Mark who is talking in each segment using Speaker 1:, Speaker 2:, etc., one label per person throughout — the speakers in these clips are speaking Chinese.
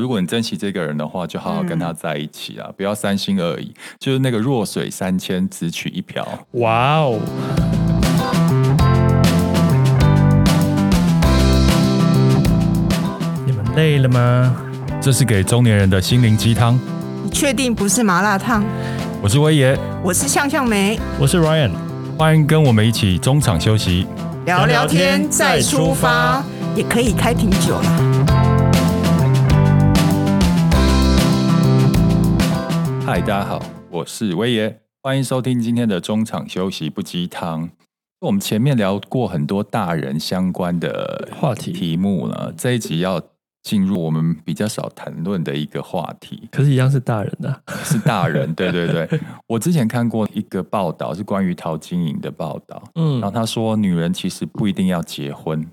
Speaker 1: 如果你珍惜这个人的话，就好好跟他在一起啊，不要三心二意。就是那个弱水三千，只取一瓢。
Speaker 2: 哇哦！你们累了吗？
Speaker 1: 这是给中年人的心灵鸡汤。
Speaker 3: 你确定不是麻辣烫？
Speaker 1: 我是威爷，
Speaker 3: 我是向向梅，
Speaker 2: 我是 Ryan，
Speaker 1: 欢迎跟我们一起中场休息。
Speaker 3: 聊聊天再出发，也可以开瓶酒了。
Speaker 1: 嗨，大家好，我是威爷，欢迎收听今天的中场休息不鸡汤。我们前面聊过很多大人相关的
Speaker 2: 话题
Speaker 1: 题目了，这一集要进入我们比较少谈论的一个话题。
Speaker 2: 可是，一样是大人啊。
Speaker 1: 是大人， 对对对。我之前看过一个报道，是关于陶晶莹的报道，然后
Speaker 2: 嗯，
Speaker 1: 他说女人其实不一定要结婚。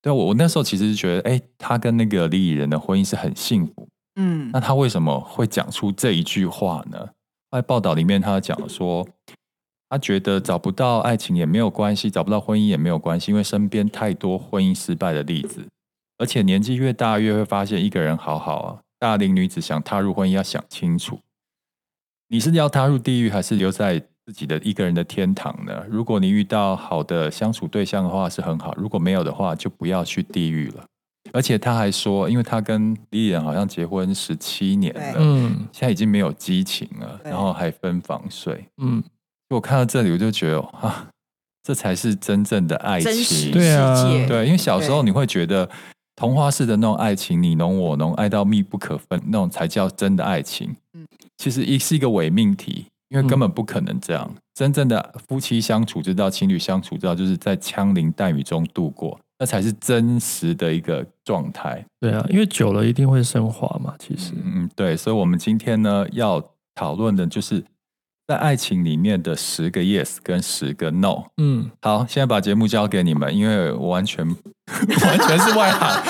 Speaker 1: 对我，我那时候其实是觉得，哎，她跟那个李以仁的婚姻是很幸福，
Speaker 3: 嗯
Speaker 1: 那她为什么会讲出这一句话呢？在报道里面，她讲说，她觉得找不到爱情也没有关系，找不到婚姻也没有关系，因为身边太多婚姻失败的例子，而且年纪越大越会发现一个人好好啊。大龄女子想踏入婚姻，要想清楚，你是要踏入地狱，还是留在自己的一个人的天堂呢？如果你遇到好的相处对象的话，是很好；如果没有的话，就不要去地狱了。而且他还说，因为他跟李人好像结婚十七年了，
Speaker 3: 对
Speaker 2: 嗯
Speaker 1: 现在已经没有激情了，
Speaker 3: 对
Speaker 1: 然后还分房睡。
Speaker 2: 嗯，
Speaker 1: 我看到这里，我就觉得啊，这才是真正的爱情。
Speaker 3: 真实世
Speaker 2: 对
Speaker 3: 界，
Speaker 2: 啊
Speaker 1: 对因为小时候你会觉得童话式的那种爱情，你侬我侬，爱到密不可分，那种才叫真的爱情。
Speaker 3: 嗯
Speaker 1: 其实一是一个伪命题，因为根本不可能这样。真正的夫妻相处之道、情侣相处之道，就是在枪林弹雨中度过，那才是真实的一个状态。
Speaker 2: 对啊，因为久了一定会升华嘛。其实，
Speaker 1: 嗯，对。所以，我们今天呢要讨论的就是在爱情里面的十个 yes 跟十个 no。
Speaker 2: 嗯，
Speaker 1: 好，现在把节目交给你们，因为我完全 完全是外 行。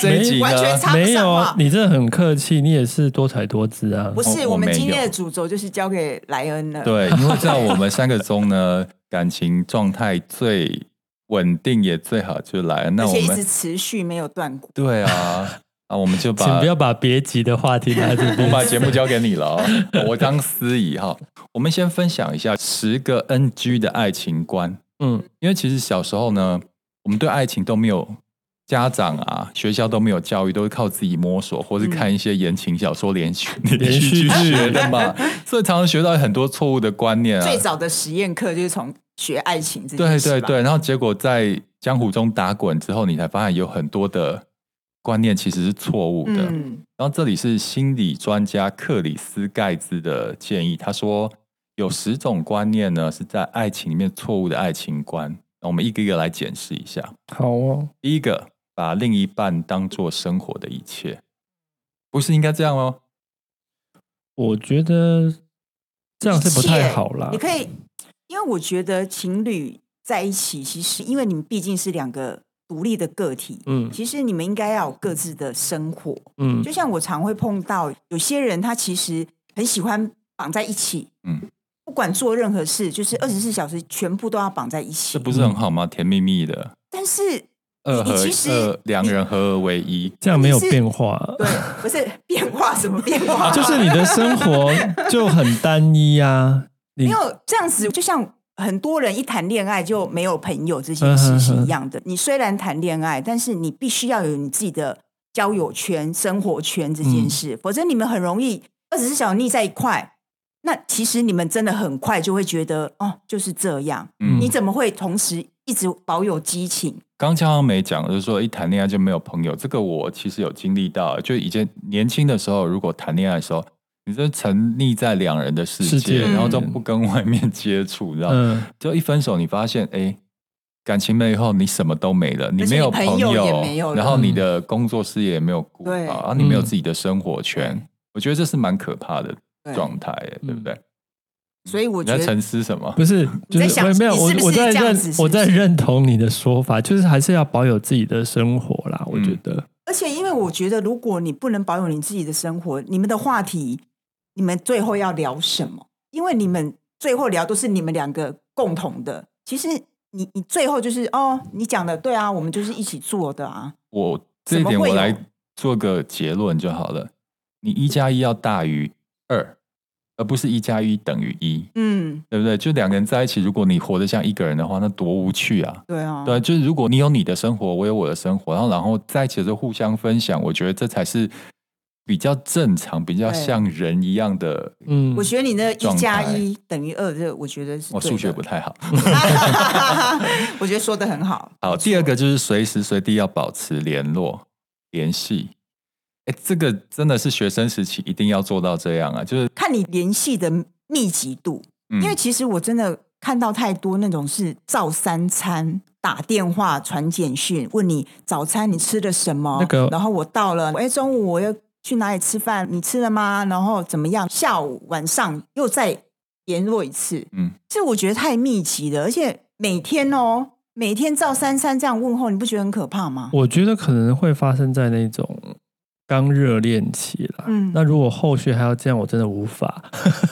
Speaker 1: 这一集呢
Speaker 3: 完，全插不
Speaker 2: 没
Speaker 3: 上
Speaker 2: 有啊
Speaker 3: 话，。
Speaker 2: 你真的很客气，你也是多才多姿啊
Speaker 3: 不。是，
Speaker 1: 我
Speaker 3: 我们
Speaker 1: 没
Speaker 3: 今天
Speaker 1: 有
Speaker 3: 的主轴就是交给莱恩了。
Speaker 1: 对，因为在我们三个中呢，感情状态最稳定也最好就来了。那
Speaker 3: 而
Speaker 1: 我
Speaker 3: 且一直
Speaker 1: 们
Speaker 3: 持续没有断过。
Speaker 1: 对啊，啊，我们就把
Speaker 2: 请不要把别急的话题拿这
Speaker 1: 我
Speaker 2: 边。
Speaker 1: 把节目交给你了哦、我当司仪哈。我们先分享一下十个 NG 的爱情观。
Speaker 2: 嗯
Speaker 1: 因为其实小时候呢，我们对爱情都没有家长啊、学校都没有教育，都是靠自己摸索，或是看一些言情小说连续、嗯 连续剧学的 嘛，所以常常学到很多错误的观念啊。
Speaker 3: 最早的实验课就是从学爱情这件
Speaker 1: 对
Speaker 3: 事
Speaker 1: 对
Speaker 3: 吧
Speaker 1: 对，然后结果在江湖中打滚之后，你才发现有很多的观念其实是错误的。
Speaker 3: 嗯，
Speaker 1: 然后这里是心理专家克里斯盖兹的建议，他说有十种观念呢是在爱情里面错误的爱情观，那我们一个一个来检视一下。
Speaker 2: 好哦，
Speaker 1: 第一个，把另一半当做生活的一切，不是应该这样哦？
Speaker 2: 我觉得这样是不太好啦
Speaker 3: 你。可以，因为我觉得情侣在一起，其实因为你们毕竟是两个独立的个体，
Speaker 2: 嗯
Speaker 3: 其实你们应该要有各自的生活。
Speaker 2: 嗯
Speaker 3: 就像我常会碰到有些人，他其实很喜欢绑在一起，
Speaker 1: 嗯
Speaker 3: 嗯，不管做任何事，就是二十四小时全部都要绑在一起
Speaker 1: 这。不是很好吗？甜蜜蜜的，
Speaker 3: 但是
Speaker 1: 二合
Speaker 3: 你其实
Speaker 1: 二，两人合二为一。
Speaker 2: 这样没有变化。啊
Speaker 3: 对，不是变化什么变
Speaker 1: 啊
Speaker 3: 化，
Speaker 2: 哦就是你的生活就很单一啊。
Speaker 3: 没
Speaker 2: 你
Speaker 3: 有这样子，就像。很多人一谈恋爱就没有朋友这件事是一样的。你虽然谈恋爱，但是你必须要有你自己的交友圈、生活圈这件事，否则你们很容易呃二十四小时腻在一块。那其实你们真的很快就会觉得，哦，就是这样。
Speaker 1: 嗯
Speaker 3: 你怎么会同时一直保有激情？
Speaker 1: 刚刚刚没讲，就是说一谈恋爱就没有朋友，这个我其实有经历到，就以前年轻的时候，如果谈恋爱的时候，你就沉溺在两人的世界，
Speaker 2: 世界
Speaker 1: 然后都
Speaker 2: 嗯
Speaker 1: 不跟外面接触，然后、
Speaker 2: 嗯，
Speaker 1: 就一分手，你发现哎。感情没以后，你什么都没了，你没有
Speaker 3: 而且
Speaker 1: 朋
Speaker 3: 你朋友也没有了
Speaker 1: 然后你
Speaker 3: 嗯
Speaker 1: 的工作事业也没有顾好，
Speaker 3: 对
Speaker 1: 然后你没有
Speaker 2: 嗯
Speaker 1: 自己的生活圈，我觉得这是蛮可怕的
Speaker 3: 嗯对
Speaker 1: 状态，哎对不
Speaker 3: 嗯
Speaker 1: 对？
Speaker 3: 所以我
Speaker 1: 你
Speaker 3: 觉
Speaker 1: 在
Speaker 3: 得，
Speaker 1: 沉思什么？
Speaker 2: 不是，
Speaker 3: 你
Speaker 2: 就
Speaker 3: 在
Speaker 2: 是
Speaker 3: 想
Speaker 2: 我没有，
Speaker 3: 你
Speaker 2: 我
Speaker 3: 是不是
Speaker 2: 我在
Speaker 3: 这样
Speaker 2: 认
Speaker 3: 子是不是
Speaker 2: 我在认同你的说法，就是还是要保有自己的生活啦。我觉得，
Speaker 3: 而且因为我觉得，如果你不能保有你自己的生活，你们的话题，你们最后要聊什么？因为你们最后聊都是你们两个共同的。其实你你最后就是哦，你讲的对啊，我们就是一起做的啊。
Speaker 1: 我这
Speaker 3: 怎
Speaker 1: 一
Speaker 3: 么
Speaker 1: 点
Speaker 3: 会
Speaker 1: 我
Speaker 3: 有
Speaker 1: 来做个结论就好了。你一加一要大于二，而不是一加一等于一，
Speaker 3: 嗯，
Speaker 1: 对不对？就两个人在一起，如果你活得像一个人的话，那多无趣啊！
Speaker 3: 对啊，
Speaker 1: 对啊，就是如果你有你的生活，我有我的生活，然后然后在一起的时候互相分享，我觉得这才是比较正常、比较
Speaker 3: 对
Speaker 1: 像人一样的。
Speaker 2: 嗯
Speaker 3: 我觉得你那
Speaker 1: 状
Speaker 3: 一加
Speaker 1: 态
Speaker 3: 一等于二，这我觉得是
Speaker 1: 我
Speaker 3: 对
Speaker 1: 哦数学
Speaker 3: 的
Speaker 1: 不，太好。
Speaker 3: 我觉得说的很好。
Speaker 1: 好，第二个就是随时随地要保持联络、联系。哎，这个真的是学生时期一定要做到这样啊！就是，
Speaker 3: 看你联系的密集度，
Speaker 1: 嗯、
Speaker 3: 因为其实我真的看到太多那种是照三餐。打电话、传简讯，问你早餐你吃的什么？
Speaker 2: 那个
Speaker 3: 然后我到了，哎，中午我要去哪里吃饭？你吃了吗？然后怎么样？下午、晚上又再联络一次，
Speaker 1: 嗯，
Speaker 3: 这我觉得太密集了，而且每天哦，每天照三餐这样问候，你不觉得很可 怕吗？
Speaker 2: 我觉得可能会发生在那种刚热恋期啦。
Speaker 3: 嗯
Speaker 2: 那如果后续还要这样，我真的无法。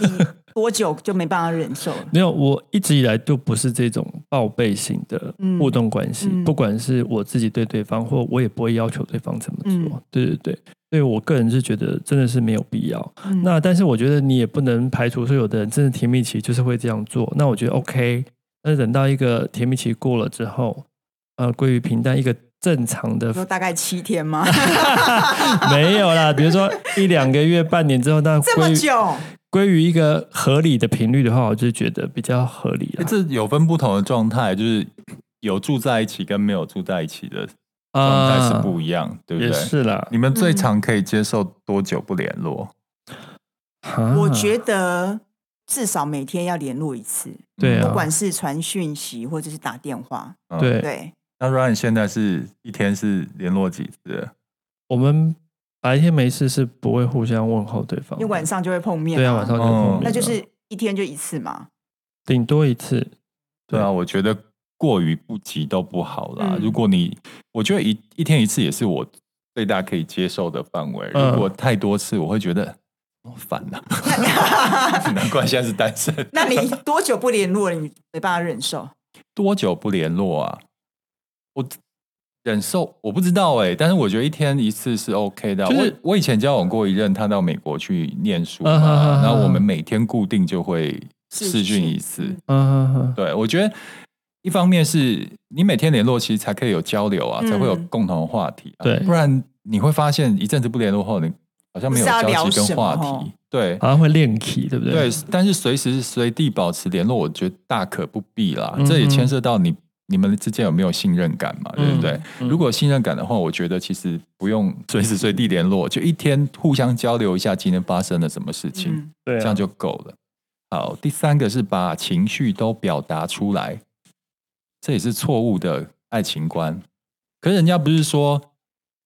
Speaker 3: 你多久就没办法忍受了？
Speaker 2: 没有，我一直以来都不是这种报备型的
Speaker 3: 嗯
Speaker 2: 互动关系，
Speaker 3: 嗯
Speaker 2: 不管是我自己对对方，或我也不会要求对方怎么做。
Speaker 3: 嗯
Speaker 2: 对对对，所以我个人是觉得真的是没有必要。
Speaker 3: 嗯
Speaker 2: 那但是我觉得你也不能排除说有的人真的甜蜜期就是会这样做，那我觉得 OK。但是等到一个甜蜜期过了之后，呃，归于平淡，一个正常 的
Speaker 3: 说大概七天吗？
Speaker 2: 没有啦，比如说一两个月、半年之后，那
Speaker 3: 这么
Speaker 2: 归于
Speaker 3: 久？
Speaker 2: 归于一个合理的频率的话，我就觉得比较合理
Speaker 1: 诶
Speaker 3: 啊
Speaker 2: 了。
Speaker 1: 这有分不同的状态，就是有住在一起跟没有住在一起的状态
Speaker 2: 啊，
Speaker 1: 是不一样，对不
Speaker 2: 也
Speaker 1: 对？
Speaker 2: 是啦。
Speaker 1: 你们最
Speaker 3: 嗯
Speaker 1: 长可以接受多久不联络？
Speaker 2: 我嗯
Speaker 3: 我
Speaker 2: 啊
Speaker 3: 觉得至少每天要联络一次，
Speaker 2: 对啊
Speaker 3: 不管是传讯息或者是打电话。
Speaker 1: 嗯
Speaker 2: 对，
Speaker 3: 对，
Speaker 1: 那 Ryan 现在是一天是联络几次？
Speaker 2: 我们白天没事是不会互相问候对方
Speaker 3: 因
Speaker 2: 的，
Speaker 3: 为晚上就会碰面。
Speaker 2: 对啊，晚上就碰面
Speaker 1: 哦
Speaker 2: 了，
Speaker 3: 那就是一天就一次嘛。
Speaker 2: 顶多一次。
Speaker 1: 对啊，我觉得过于不及都不好啦。
Speaker 3: 嗯
Speaker 1: 如果你，我觉得一一天一次也是我最大可以接受的范围。
Speaker 2: 嗯
Speaker 1: 如果太多次，我会觉得好烦 呐、难怪现在是单身。
Speaker 3: 那你多久不联络了？你没办法忍受。
Speaker 1: 多久不联络啊？我忍受我不知道哎、但是我觉得一天一次是 OK 的啊。
Speaker 2: 就是
Speaker 1: 我我以前交往过一任，他到美国去念书嘛，
Speaker 2: 啊哈哈哈
Speaker 1: 然后我们每天固定就会
Speaker 3: 视
Speaker 1: 视讯
Speaker 3: 讯
Speaker 1: 一次。
Speaker 3: 嗯
Speaker 2: 嗯哼哼，
Speaker 1: 对，我觉得一方面是你每天联络，其实才可以有交流啊，
Speaker 3: 嗯
Speaker 1: 才会有共同的话题、啊。
Speaker 2: 对
Speaker 1: 不然你会发现一阵子不联络后，你好像没有
Speaker 3: 不知道
Speaker 1: 交
Speaker 3: 聊
Speaker 1: 集跟
Speaker 3: 什么
Speaker 1: 话
Speaker 3: 哦
Speaker 1: 题。对
Speaker 2: 好像会练气，对不
Speaker 1: 对
Speaker 2: 啊对？，
Speaker 1: 但是随时随地保持联络，我觉得大可不必啦。
Speaker 2: 嗯哼
Speaker 1: 这也牵涉到你你们之间有没有信任感嘛，对不对？
Speaker 2: 嗯
Speaker 1: 如果有信任感的话，我觉得其实不用随时随地联络，就一天互相交流一下今天发生了什么事情。
Speaker 3: 嗯，
Speaker 2: 对啊，
Speaker 1: 这样就够了。好，第三个是把情绪都表达出来，这也是错误的爱情观。可是人家不是说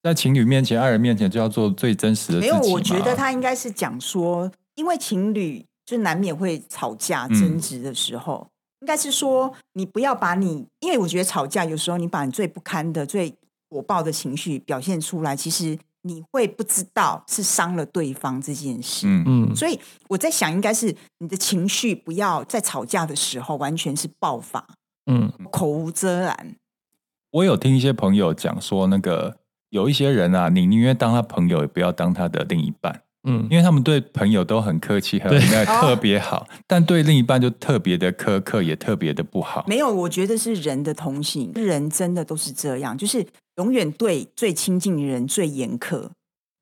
Speaker 1: 在情侣面前、爱人面前就要做最真实的自
Speaker 3: 没
Speaker 1: 己
Speaker 3: 有，
Speaker 1: 吗？
Speaker 3: 我觉得他应该是讲说，因为情侣就难免会吵架、
Speaker 1: 嗯
Speaker 3: 争执的时候。应该是说，你不要把你，因为我觉得吵架有时候你把你最不堪的、最火爆的情绪表现出来，其实你会不知道是伤了对方这件事。
Speaker 1: 嗯，
Speaker 2: 嗯，
Speaker 3: 所以我在想，应该是你的情绪不要在吵架的时候完全是爆发、
Speaker 2: 嗯
Speaker 3: 口无遮拦。
Speaker 1: 我有听一些朋友讲说，那个有一些人啊，你宁愿当他朋友，也不要当他的另一半，
Speaker 2: 嗯
Speaker 1: 因为他们对朋友都很客气，很
Speaker 2: 对
Speaker 1: 那特别好，但对另一半就特别的苛刻，也特别的不好。
Speaker 3: 没有，我觉得是人的通性，人真的都是这样，就是永远对最亲近的人最严苛。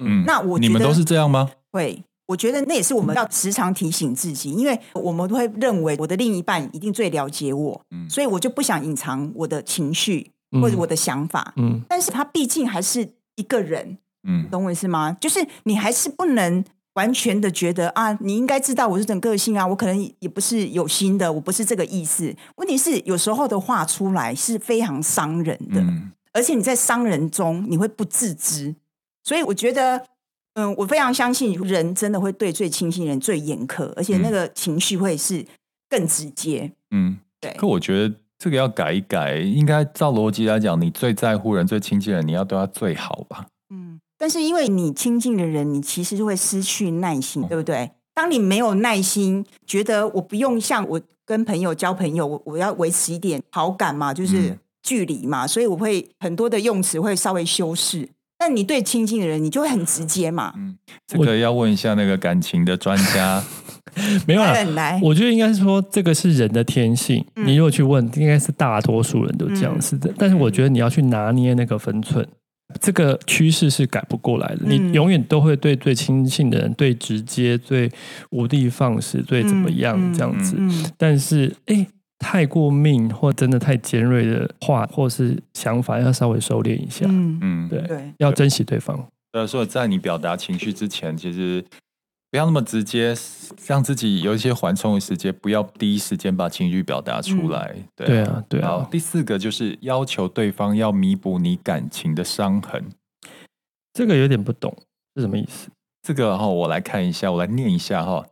Speaker 1: 嗯，
Speaker 3: 那我觉得
Speaker 1: 你们都是这样吗？
Speaker 3: 会，我觉得那也是我们要时常提醒自己，因为我们会认为我的另一半一定最了解我，
Speaker 1: 嗯
Speaker 3: 所以我就不想隐藏我的情绪
Speaker 2: 嗯
Speaker 3: 或者我的想法。
Speaker 2: 嗯
Speaker 3: 但是他毕竟还是一个人，
Speaker 1: 嗯，
Speaker 3: 懂我意思吗？就是你还是不能完全的觉得啊，你应该知道我是这种个性啊，我可能也不是有心的，我不是这个意思。问题是有时候的话出来是非常伤人的，
Speaker 1: 嗯
Speaker 3: 而且你在伤人中你会不自知，所以我觉得。嗯，我非常相信人真的会对最亲近的人最严苛，而且那个情绪会是更直接。
Speaker 1: 嗯。
Speaker 3: 对，
Speaker 1: 可我觉得这个要改一改，应该照逻辑来讲，你最在乎人、最亲近人，你要对他最好吧？
Speaker 3: 嗯，但是因为你亲近的人，你其实就会失去耐心，
Speaker 1: 嗯
Speaker 3: 对不对？当你没有耐心，觉得我不用像我跟朋友交朋友，我我要维持一点好感嘛，就是
Speaker 1: 嗯
Speaker 3: 距离嘛，所以我会很多的用词会稍微修饰。但你对亲近的人，你就会很直接嘛，
Speaker 1: 这个要问一下那个感情的专 家。
Speaker 2: 没有
Speaker 3: 他
Speaker 1: 啊
Speaker 2: 啦，
Speaker 3: 很来，
Speaker 2: 我觉得应该是说，这个是人的天性。
Speaker 3: 嗯
Speaker 2: 你如果去问，应该是大多数人都这样是的。但是我觉得你要去拿捏那个分寸，这个趋势是改不过来的。
Speaker 3: 嗯
Speaker 2: 你永远都会对最亲近的人、最直接、最无的放矢、最怎么
Speaker 3: 嗯
Speaker 2: 样
Speaker 3: 嗯
Speaker 2: 这样子。
Speaker 3: 嗯
Speaker 2: 但是，哎，太过命或真的太尖锐的话或是想法，要稍微收敛一下。
Speaker 3: 嗯，
Speaker 1: 嗯，
Speaker 2: 对
Speaker 3: 对，
Speaker 2: 要珍惜对方，
Speaker 1: 对，所以在你表达情绪之前，其实不要那么直接，让自己有一些缓冲的时间，不要第一时间把情绪表达出来。
Speaker 3: 嗯
Speaker 2: 对啊，对
Speaker 1: 好，
Speaker 2: 啊，
Speaker 1: 第四个就是要求对方要弥补你感情的伤痕。
Speaker 2: 这个有点不懂是什么意思？
Speaker 1: 这个哈、我来看一下，我来念一下哈、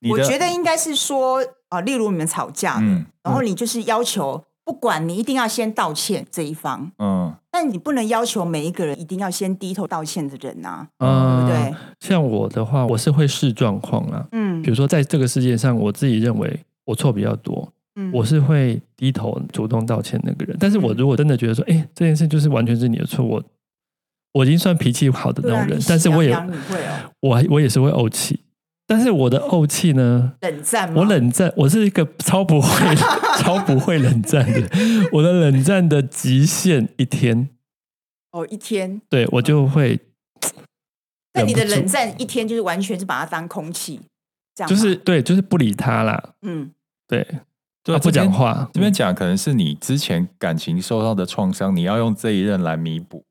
Speaker 1: 你
Speaker 3: 我
Speaker 1: 的
Speaker 3: 觉得应该是说啊、呃例如你们吵架了，
Speaker 1: 嗯
Speaker 3: 然后你就是要求，不管你一定要先道歉这一方，
Speaker 1: 嗯
Speaker 3: 但你不能要求每一个人一定要先低头道歉的人啊，对
Speaker 2: 啊
Speaker 3: 不对？
Speaker 2: 像我的话，我是会视状况啦。
Speaker 3: 嗯
Speaker 2: 比如说，在这个世界上，我自己认为我错比较多，
Speaker 3: 嗯
Speaker 2: 我是会低头主动道歉那个人。但是我如果真的觉得说，哎、这件事就是完全是你的错，我我已经算脾气好的那
Speaker 3: 对啊
Speaker 2: 种人，
Speaker 3: 你喜
Speaker 2: 但是我也
Speaker 3: 羊羊你会哦
Speaker 2: 我我也是会怄气，但是我的怄气呢，
Speaker 3: 冷战 吗？
Speaker 2: 我冷战，我是一个超不会 超不会冷战的，我的冷战的极限一天，
Speaker 3: 哦一天，
Speaker 2: 对我就会。
Speaker 3: 但你的
Speaker 2: 忍不住
Speaker 3: 冷战一天就是完全是把它当空气，这样
Speaker 2: 就
Speaker 3: 吗
Speaker 2: 是对，就是不理他啦，
Speaker 3: 嗯
Speaker 2: 对，
Speaker 1: 对啊
Speaker 2: 他不
Speaker 1: 这边
Speaker 2: 讲话，
Speaker 1: 这边讲可能是你之前感情受到的创伤，你要用这一任来弥补。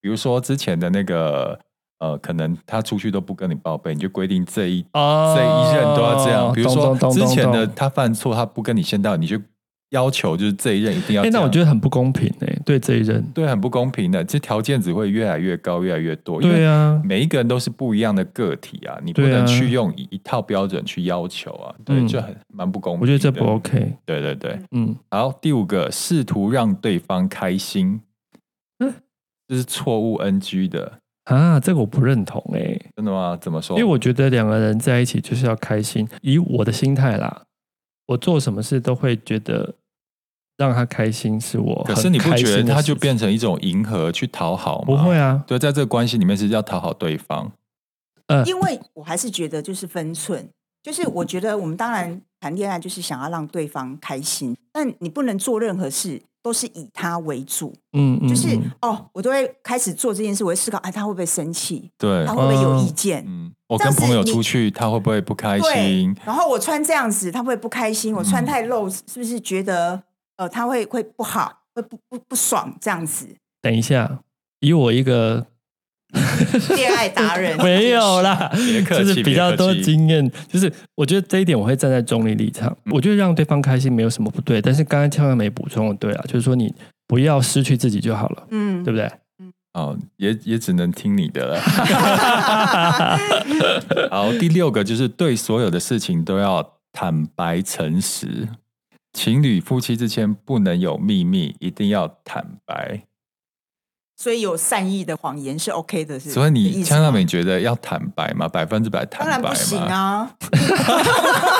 Speaker 1: 比如说之前的那个呃，可能他出去都不跟你报备，你就规定这一、
Speaker 2: 哦
Speaker 1: 这一任都要这样。比如说
Speaker 2: 懂懂懂
Speaker 1: 之前的
Speaker 2: 懂
Speaker 1: 他犯错，他不跟你先道，你就要求就是这一任一定要
Speaker 2: 哎、
Speaker 1: 这样。
Speaker 2: 那我觉得很不公平哎、对这一任，
Speaker 1: 对很不公平的，这条件只会越来越高，越来越多。因为
Speaker 2: 对啊，
Speaker 1: 每一个人都是不一样的个体啊，你不
Speaker 2: 对啊
Speaker 1: 能去用一一套标准去要求啊，对，
Speaker 2: 嗯
Speaker 1: 就很蛮不公平的。
Speaker 2: 我觉得这不 OK。
Speaker 1: 对对对。
Speaker 2: 嗯，
Speaker 1: 好，第五个，试图让对方开心，
Speaker 2: 嗯
Speaker 1: 这是错误 NG 的，
Speaker 2: 啊，这个我不认同哎、
Speaker 1: 真的吗？怎么说？
Speaker 2: 因为我觉得两个人在一起就是要开心。以我的心态啦，我做什么事都会觉得让他开心是我
Speaker 1: 可
Speaker 2: 很开
Speaker 1: 是
Speaker 2: 心
Speaker 1: 你
Speaker 2: 的事情。
Speaker 1: 不觉得他就变成一种迎合去讨好吗？
Speaker 2: 不会
Speaker 1: 啊。
Speaker 2: 啊？
Speaker 1: 对，在这个关系里面是要讨好对方。哦
Speaker 2: 呃，
Speaker 3: 因为我还是觉得就是分寸，就是我觉得我们当然谈恋爱就是想要让对方开心，但你不能做任何事都是以他为主，
Speaker 2: 嗯嗯，
Speaker 3: 就是、
Speaker 2: 嗯
Speaker 3: 哦，我都会开始做这件事，我会思考，哎，他会不会生气？
Speaker 1: 对
Speaker 3: 他，会不会有
Speaker 2: 嗯
Speaker 3: 意见？
Speaker 1: 嗯，我
Speaker 3: 这
Speaker 1: 跟
Speaker 3: 样是
Speaker 1: 朋友
Speaker 3: 你
Speaker 1: 出去，他会不会不开
Speaker 3: 对
Speaker 1: 心？，
Speaker 3: 然后我穿这样子，他会不开心；我穿
Speaker 1: 嗯
Speaker 3: 太露，是不是觉得呃，他会会不好，会不不不爽这样子？
Speaker 2: 等一下，以我 一个
Speaker 3: 恋爱达人
Speaker 2: 没有，啦，
Speaker 1: 别 客
Speaker 2: 就
Speaker 1: 气
Speaker 2: 是比较多
Speaker 1: 别客气
Speaker 2: 经验，就是我觉得这一点我会站在中立立场，
Speaker 1: 嗯
Speaker 2: 我觉得让对方开心没有什么不对，但是刚刚千万没补充的对啊，就是说你不要失去自己就好了，
Speaker 3: 嗯，
Speaker 2: 对不对？
Speaker 1: 哦，也也只能听你的 了。好，第六个就是对所有的事情都要坦白诚实，情侣夫妻之间不能有秘密，一定要坦白。
Speaker 3: 所以有善意的谎言是 OK 的，是？
Speaker 1: 所以
Speaker 3: 是意
Speaker 1: 你
Speaker 3: 思
Speaker 1: 江
Speaker 3: 吗
Speaker 1: 大美觉得要坦白吗？百分之百坦白
Speaker 3: 当然
Speaker 1: 吗？
Speaker 3: 不行啊。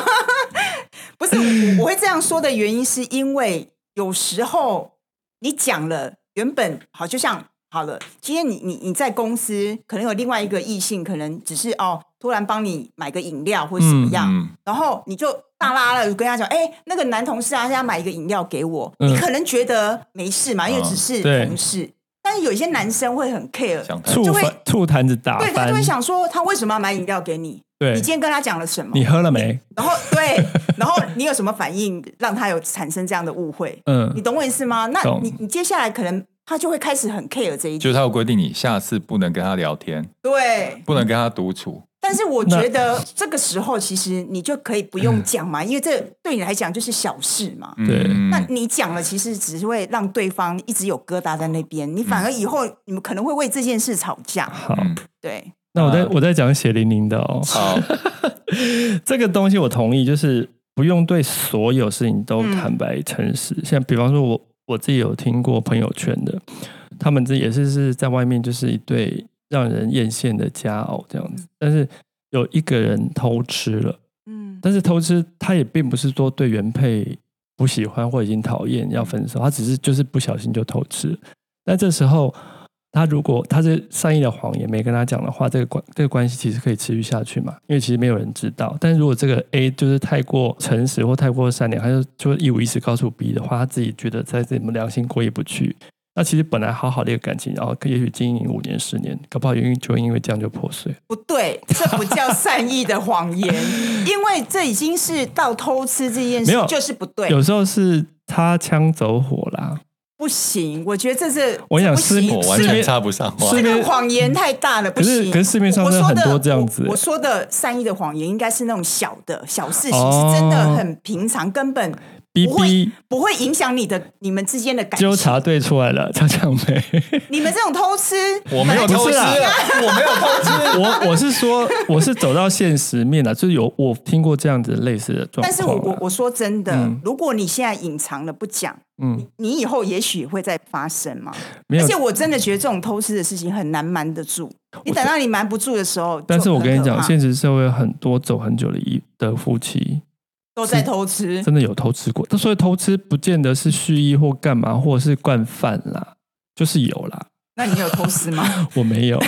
Speaker 3: 不是我，我会这样说的原因，是因为有时候你讲了，原本好，就像好了，今天你你你在公司可能有另外一个异性，可能只是哦，突然帮你买个饮料或者怎么样，
Speaker 1: 嗯，
Speaker 3: 然后你就大拉了，就跟他讲，哎、那个男同事啊，现在买一个饮料给我，
Speaker 2: 嗯
Speaker 3: 你可能觉得没事嘛，因为
Speaker 1: 嗯
Speaker 3: 只是
Speaker 2: 对
Speaker 3: 同事，但是有一些男生会很 care，
Speaker 1: 想太
Speaker 2: 醋
Speaker 1: 多
Speaker 3: 就会
Speaker 2: 翻醋坛子打
Speaker 3: 对他
Speaker 2: 翻
Speaker 3: 就会，想说，他为什么要买饮料给你？
Speaker 2: 对
Speaker 3: 你今天跟他讲了什么？
Speaker 2: 哎你喝了没？
Speaker 3: 然后对，然后你有什么反应，让他有产生这样的误会？你
Speaker 2: 嗯，
Speaker 3: 懂我意思吗？那
Speaker 2: 懂
Speaker 3: 你你接下来可能他就会开始很 care 这
Speaker 1: 就
Speaker 3: 一点，
Speaker 1: 是他有规定你下次不能跟他聊天，
Speaker 3: 对。
Speaker 1: 不能跟他独处。
Speaker 3: 但是我
Speaker 2: 那
Speaker 3: 觉得这个时候其实你就可以不用讲嘛，因为这对你来讲就是小事嘛。
Speaker 2: 对
Speaker 1: 嗯
Speaker 3: 那你讲了，其实只是会让对方一直有疙瘩在那边，你反而以后你们可能会为这件事吵架。
Speaker 2: 好，
Speaker 1: 嗯
Speaker 3: 对，
Speaker 2: 那我再
Speaker 1: 啊
Speaker 2: 我再讲血淋淋的哦，
Speaker 1: 好，
Speaker 2: 这个东西我同意，就是不用对所有事情都坦白诚实。像比方说我我自己有听过朋友圈的，他们这也是是在外面就是一对让人艳羡的佳偶这样子，但是有一个人偷吃了，
Speaker 3: 嗯
Speaker 2: 但是偷吃他也并不是说对原配不喜欢或已经讨厌要分手，他只是就是不小心就偷吃。那这时候他如果他这善意的谎言没跟他讲的话，这个关这个关系其实可以持续下去嘛，因为其实没有人知道。但如果这个 A 就是太过诚实或太过善良，他就就一五一十告诉 B 的话，他自己觉得在自己良心过意不去。那其实本来好好的一个感情，然后也许经营五年十年，搞不好因为就因为这样就破碎。
Speaker 3: 不对，这不 叫善意的谎言，因为这已经是到偷吃这件
Speaker 2: 没
Speaker 3: 事
Speaker 2: 有，
Speaker 3: 就是不对，
Speaker 2: 有时候是擦枪走火啦，
Speaker 3: 不行。我觉得这是
Speaker 2: 我想
Speaker 3: 这不
Speaker 2: 是
Speaker 3: 行
Speaker 1: 我完
Speaker 3: 这
Speaker 1: 全
Speaker 3: 个
Speaker 1: 插不上话
Speaker 3: 这。个谎言太大了，不
Speaker 2: 可是
Speaker 3: 行。
Speaker 2: 可是市面上
Speaker 3: 我
Speaker 2: 真的
Speaker 3: 我说
Speaker 2: 很多这样子
Speaker 3: 我。我说的善意的谎言应该是那种小的小事情，是真的
Speaker 2: 哦
Speaker 3: 很平常，根本
Speaker 2: ，B
Speaker 3: 不会
Speaker 2: B
Speaker 3: 不会影响你的你们之间的感
Speaker 2: 纠
Speaker 3: 情。
Speaker 2: 察队出来 了，擦枪没？
Speaker 3: 你们这种偷吃，
Speaker 1: 我没有
Speaker 3: 本来就
Speaker 1: 偷
Speaker 2: 不
Speaker 1: 吃
Speaker 2: 是
Speaker 1: 啊
Speaker 2: 啦，
Speaker 1: 我没有偷吃。
Speaker 2: 我我是说，我是走到现实面了，就是有我听过这样子类似的状况啦。
Speaker 3: 但是我我我说真的，
Speaker 2: 嗯
Speaker 3: 如果你现在隐藏了不讲，
Speaker 2: 嗯，
Speaker 3: 你以后也许会再发生嘛。
Speaker 2: 没
Speaker 3: 而
Speaker 2: 有
Speaker 3: 且我真的觉得这种偷吃的事情很难瞒得住，你等到你瞒不住的时候，
Speaker 2: 但是我
Speaker 3: 就很
Speaker 2: 跟你
Speaker 3: 可
Speaker 2: 讲，
Speaker 3: 怕
Speaker 2: 现实社会很多走很久的一的夫妻，
Speaker 3: 都在偷吃，
Speaker 2: 真的有偷吃过。但所以偷吃不见得是蓄意或干嘛，或者是惯犯啦，就是有啦。
Speaker 3: 那你有偷吃吗？
Speaker 2: 我没 有，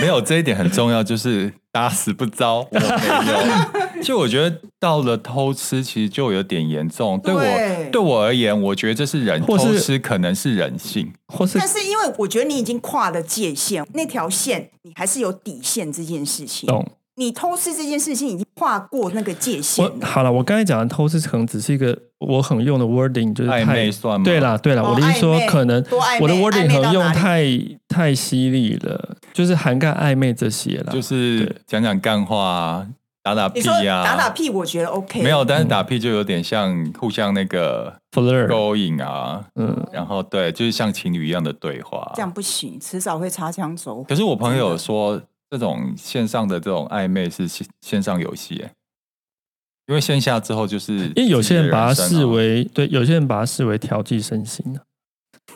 Speaker 1: 没有这一点很重要，就是打死不招。 我没有，就我觉得到了偷吃，其实就有点严重。对我
Speaker 3: 对
Speaker 1: 对我而言，我觉得这是人
Speaker 2: 或是
Speaker 1: 偷吃，可能是人性。
Speaker 2: 或是
Speaker 3: 但是因为我觉得你已经跨了界限，那条线你还是有底线这件事情。
Speaker 2: 懂。
Speaker 3: 你偷吃这件事情已经跨过那个界限
Speaker 2: 我
Speaker 3: 了。
Speaker 2: 好了，我刚才讲的偷吃可能只是一个我很用的 wording，就是
Speaker 1: 暧
Speaker 2: 太
Speaker 1: 昧算吗？
Speaker 2: 对啦对啦，
Speaker 3: 哦
Speaker 2: 我的意思说
Speaker 3: 暧昧
Speaker 2: 可能
Speaker 3: 多暧昧
Speaker 2: 我的 wording
Speaker 3: 暧昧
Speaker 2: 可
Speaker 3: 到
Speaker 2: 能用
Speaker 3: 哪里
Speaker 2: 太太犀利了，就是涵盖暧昧这些啦。
Speaker 1: 就是讲讲干话、啊，打打
Speaker 3: 你
Speaker 1: 屁
Speaker 3: 说
Speaker 1: 呀、
Speaker 3: 打打屁，我觉得 OK。
Speaker 1: 没有，但是打屁就有点像互相那个
Speaker 2: flirt，
Speaker 1: 勾引啊，
Speaker 2: 嗯，
Speaker 1: 然后对，就是像情侣一样的对话
Speaker 3: 这。样不行，迟早会擦枪走火
Speaker 1: 可。是我朋友说，这种线上的这种暧昧是线线上游戏、欸，因为线下之后就是因
Speaker 2: 哎因为有些人把它
Speaker 1: 啊
Speaker 2: 视为对，有些人啊把它视为调剂身心啊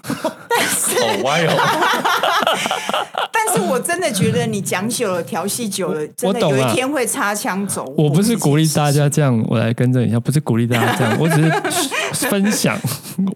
Speaker 1: 好歪 哦，
Speaker 3: 但是我真的觉得你讲久了、调戏久了，真的
Speaker 2: 我懂
Speaker 3: 有
Speaker 2: 了
Speaker 3: 一天会擦枪走火。
Speaker 2: 我不是鼓励大家这样，我来更正一下，不是鼓励大家 这样，我只是分 享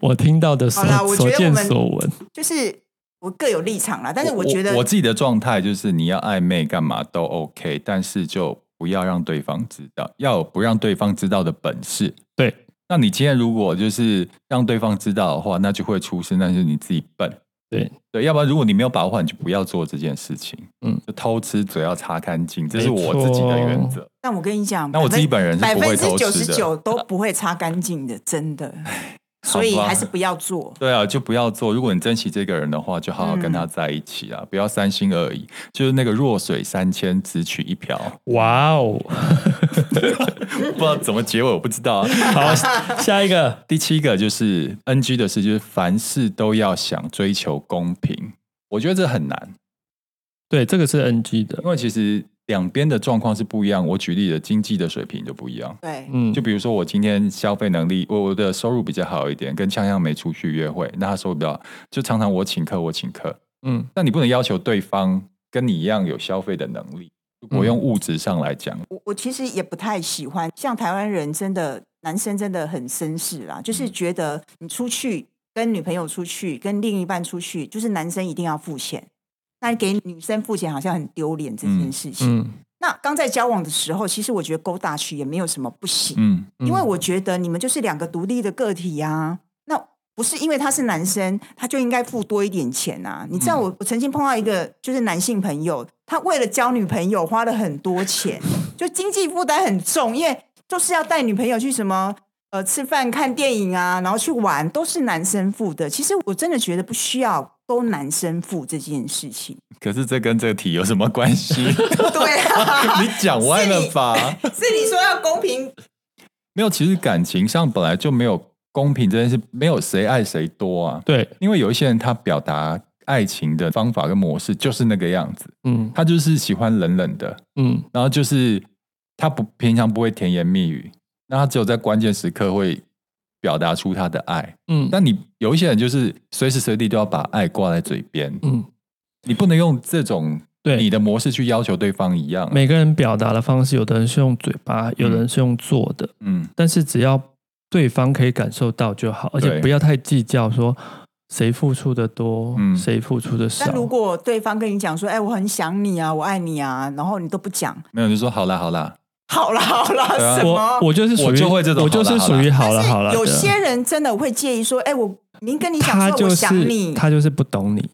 Speaker 2: 我听到的所
Speaker 3: 好啦我觉
Speaker 2: 所
Speaker 3: 得我
Speaker 2: 见
Speaker 3: 们
Speaker 2: 所闻。
Speaker 3: 就是我各有立场啦。但是我觉得
Speaker 1: 我自己的状态就是你要暧昧干嘛都 OK，但是就不要让对方知道，要有不让对方知道的本事。
Speaker 2: 对，
Speaker 1: 那你今天如果就是让对方知道的话，那就会出事，那就是你自己笨。
Speaker 2: 对
Speaker 1: 对，要不然如果你没有把握好，你就不要做这件事情。
Speaker 2: 嗯
Speaker 1: 嗯，就偷吃嘴要擦干净，这是
Speaker 2: 没
Speaker 1: 我自己的
Speaker 2: 错
Speaker 1: 原则。
Speaker 3: 但我跟你讲，
Speaker 1: 那我自己本人
Speaker 3: 百
Speaker 1: 是不
Speaker 3: 分
Speaker 1: 会
Speaker 3: 之
Speaker 1: 偷
Speaker 3: 九
Speaker 1: 吃
Speaker 3: 十
Speaker 1: 的。
Speaker 3: 九都不会擦干净的，真的。 所以
Speaker 1: 好吧
Speaker 3: 还是不要做。
Speaker 1: 对啊，就不要做。如果你珍惜这个人的话，就好好跟他在一起啊，不要三心二意。就是那个弱水三千，只取一瓢。
Speaker 2: 哇哦，
Speaker 1: 不知道怎么结尾，我不知道、啊。
Speaker 2: 好，下一个，
Speaker 1: 第七个就是 NG 的事，就是凡事都要想追求公平。我觉得这很难，
Speaker 2: 对，这个是 NG 的
Speaker 1: 因，为其实两边的状况是不一样。我举例的经济的水平就不一样。
Speaker 3: 对，
Speaker 2: 嗯，
Speaker 1: 就比如说我今天消费能力，我我的收入比较好一点，跟呛呛没出去约会，那他收入比较好，就常常我请客，我请客。
Speaker 2: 嗯
Speaker 1: 但你不能要求对方跟你一样有消费的能力。
Speaker 3: 嗯
Speaker 1: 如果用物质上来讲，
Speaker 3: 我我其实也不太喜欢，像台湾人真的男生真的很绅士啦，就是
Speaker 1: 嗯
Speaker 3: 觉得你出去跟女朋友出去，跟另一半出去，就是男生一定要付钱，那给女生付钱好像很丢脸这件事情。
Speaker 2: 嗯，
Speaker 3: 那刚在交往的时候，其实我觉得勾搭去也没有什么不行，
Speaker 1: 嗯，
Speaker 2: 嗯
Speaker 3: 因为我觉得你们就是两个独立的个体呀、啊。那不是因为他是男生，他就应该付多一点钱啊？你知道我，我曾经碰到一个就是男性朋友，他为了交女朋友花了很多钱，就经济负担很重，因为就是要带女朋友去什么呃吃饭、看电影啊，然后去玩，都是男生付的。其实我真的觉得不需要都男生付这件事情。
Speaker 1: 可是这跟这个题有什么关 系？
Speaker 3: 对 啊，
Speaker 1: 你讲歪了吧？
Speaker 3: 是你说要公平，
Speaker 1: 没有，其实感情上本来就没有公平这件事，没有谁爱谁多啊。
Speaker 2: 对，
Speaker 1: 因为有一些人他表达爱情的方法跟模式就是那个样子，
Speaker 2: 嗯
Speaker 1: 他就是喜欢冷冷的，
Speaker 2: 嗯，
Speaker 1: 然后就是他不平常不会甜言蜜语，那他只有在关键时刻会表达出他的爱。
Speaker 2: 嗯，
Speaker 1: 但你有一些人就是随时随地都要把爱挂在嘴边，
Speaker 2: 嗯，
Speaker 1: 你不能用这种
Speaker 2: 对
Speaker 1: 你的模式去要求对方一样。啊
Speaker 2: 每个人表达的方式，有的人是用嘴巴，有的人是用做的，
Speaker 1: 嗯，
Speaker 2: 但是只要对方可以感受到就好，而且
Speaker 1: 对
Speaker 2: 不要太计较说谁付出的多，
Speaker 1: 嗯
Speaker 2: 谁付出的少
Speaker 3: 但。如果对方跟你讲说，哎，我很想你啊，我爱你啊，然后你都不讲，
Speaker 1: 没有，你就说好啦好啦，
Speaker 3: 好啦好啦，
Speaker 1: 对啊
Speaker 3: 什么
Speaker 2: 我？啊我就是属于
Speaker 1: 我就会这种
Speaker 2: 我就是属于好了好了。
Speaker 3: 有
Speaker 2: 的
Speaker 3: 些人真的会介意说，哎，我明跟你讲
Speaker 2: 他
Speaker 3: 说
Speaker 2: 就
Speaker 3: 我
Speaker 2: 是
Speaker 3: 想你，
Speaker 2: 他就是不懂你，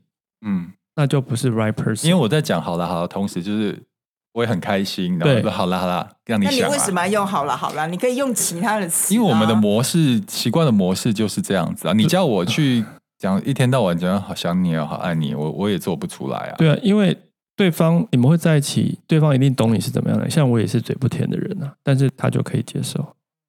Speaker 1: 嗯，
Speaker 2: 那就不是 right
Speaker 1: 因
Speaker 2: person。
Speaker 1: 为我在讲好啦好啦，同时就是我也很开心，然后
Speaker 2: 对
Speaker 1: 我说好啦好啦，让你
Speaker 3: 那你
Speaker 1: 想、啊。
Speaker 3: 为什么要用好了好了？你可以用其他的词啊、
Speaker 1: 因为我们的模式习惯的模式就是这样子啊，你叫我去讲一天到晚讲好想你哦，好爱你，我我也做不出来啊。
Speaker 2: 对啊，因为对方你们会在一起，对方一定懂你是怎么样的。像我也是嘴不甜的人啊，但是他就可以接受。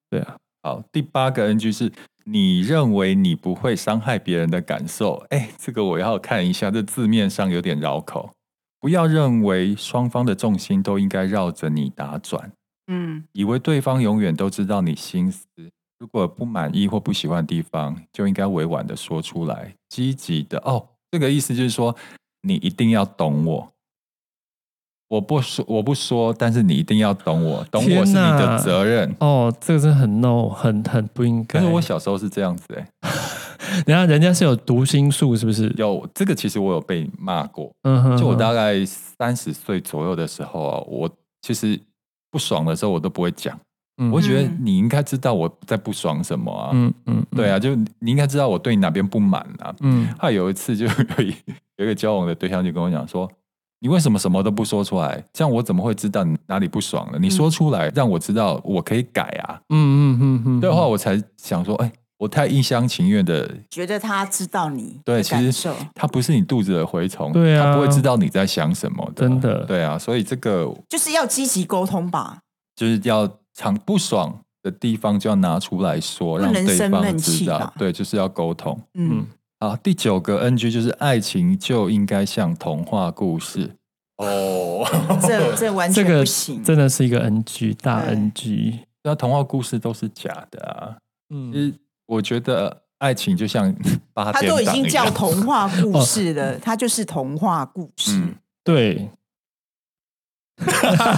Speaker 2: 对啊，
Speaker 1: 好，第八个 NG 是你认为你不会伤害别人的感受，哎，这个我要看一下，这字面上有点绕口。不要认为双方的重心都应该绕着你打转，
Speaker 3: 嗯，
Speaker 1: 以为对方永远都知道你心思。如果不满意或不喜欢的地方，就应该委婉的说出来，积极的哦。这个意思就是说，你一定要懂我。我不说，我不说，但是你一定要懂我，懂我是你
Speaker 2: 天
Speaker 1: 的
Speaker 2: 哪
Speaker 1: 责任。
Speaker 2: 哦，这个是很 no，很很不应该。
Speaker 1: 可是我小时候是这样子哎、
Speaker 2: 人家人家是有读心术，是不是？
Speaker 1: 有这个，其实我有被骂过。
Speaker 2: 嗯哼，
Speaker 1: 就我啊大
Speaker 2: 当
Speaker 1: 概三十岁左右的时候啊，我其实不爽的时候，我都不会讲。
Speaker 2: 嗯
Speaker 1: 我会觉得
Speaker 3: 嗯
Speaker 1: 你应该知道我在不爽什么啊。
Speaker 2: 嗯嗯，嗯
Speaker 1: 对，啊，就你应该知道我对你哪边不满啊。
Speaker 2: 嗯
Speaker 1: 后来有一次，就有一有一个交往的对象就跟我讲说：“你为什么什么都不说出来？这样我怎么会知道你哪里不爽呢？你说出来，让我知道，我可以改啊。
Speaker 2: 嗯嗯嗯嗯，
Speaker 1: 对的话，我才想说，哎，我太一厢情愿的
Speaker 3: 觉得他知道你
Speaker 1: 对，
Speaker 3: 的
Speaker 1: 其
Speaker 3: 感
Speaker 1: 实
Speaker 3: 受，
Speaker 1: 他不是你肚子的蛔虫，
Speaker 2: 对啊
Speaker 1: 他不会知道你在想什么的，
Speaker 2: 真的
Speaker 1: 对啊，所以这个
Speaker 3: 就是要积极沟通吧，
Speaker 1: 就是要常不爽的地方就要拿出来说，
Speaker 3: 不
Speaker 1: 让
Speaker 3: 能
Speaker 1: 对
Speaker 3: 生
Speaker 1: 方
Speaker 3: 闷
Speaker 1: 知
Speaker 3: 气
Speaker 1: 道
Speaker 3: 吧，
Speaker 1: 对，就是要沟通。
Speaker 3: 嗯，
Speaker 1: 好，第九个 NG 就是爱情就应该像童话故事 哦，
Speaker 3: 这这完
Speaker 2: 这
Speaker 3: 全
Speaker 2: 个
Speaker 3: 不行。
Speaker 2: 真的是一个 NG 大
Speaker 3: 对
Speaker 2: NG。
Speaker 1: 那啊童话故事都是假的啊。其
Speaker 2: 嗯，
Speaker 1: 实我觉得爱情就像八
Speaker 3: 他
Speaker 1: 点
Speaker 3: 都已
Speaker 1: 档
Speaker 3: 经
Speaker 1: 一
Speaker 3: 叫
Speaker 1: 样
Speaker 3: 童话故事了，他就是童话故事。
Speaker 1: 嗯，
Speaker 2: 对，
Speaker 1: 我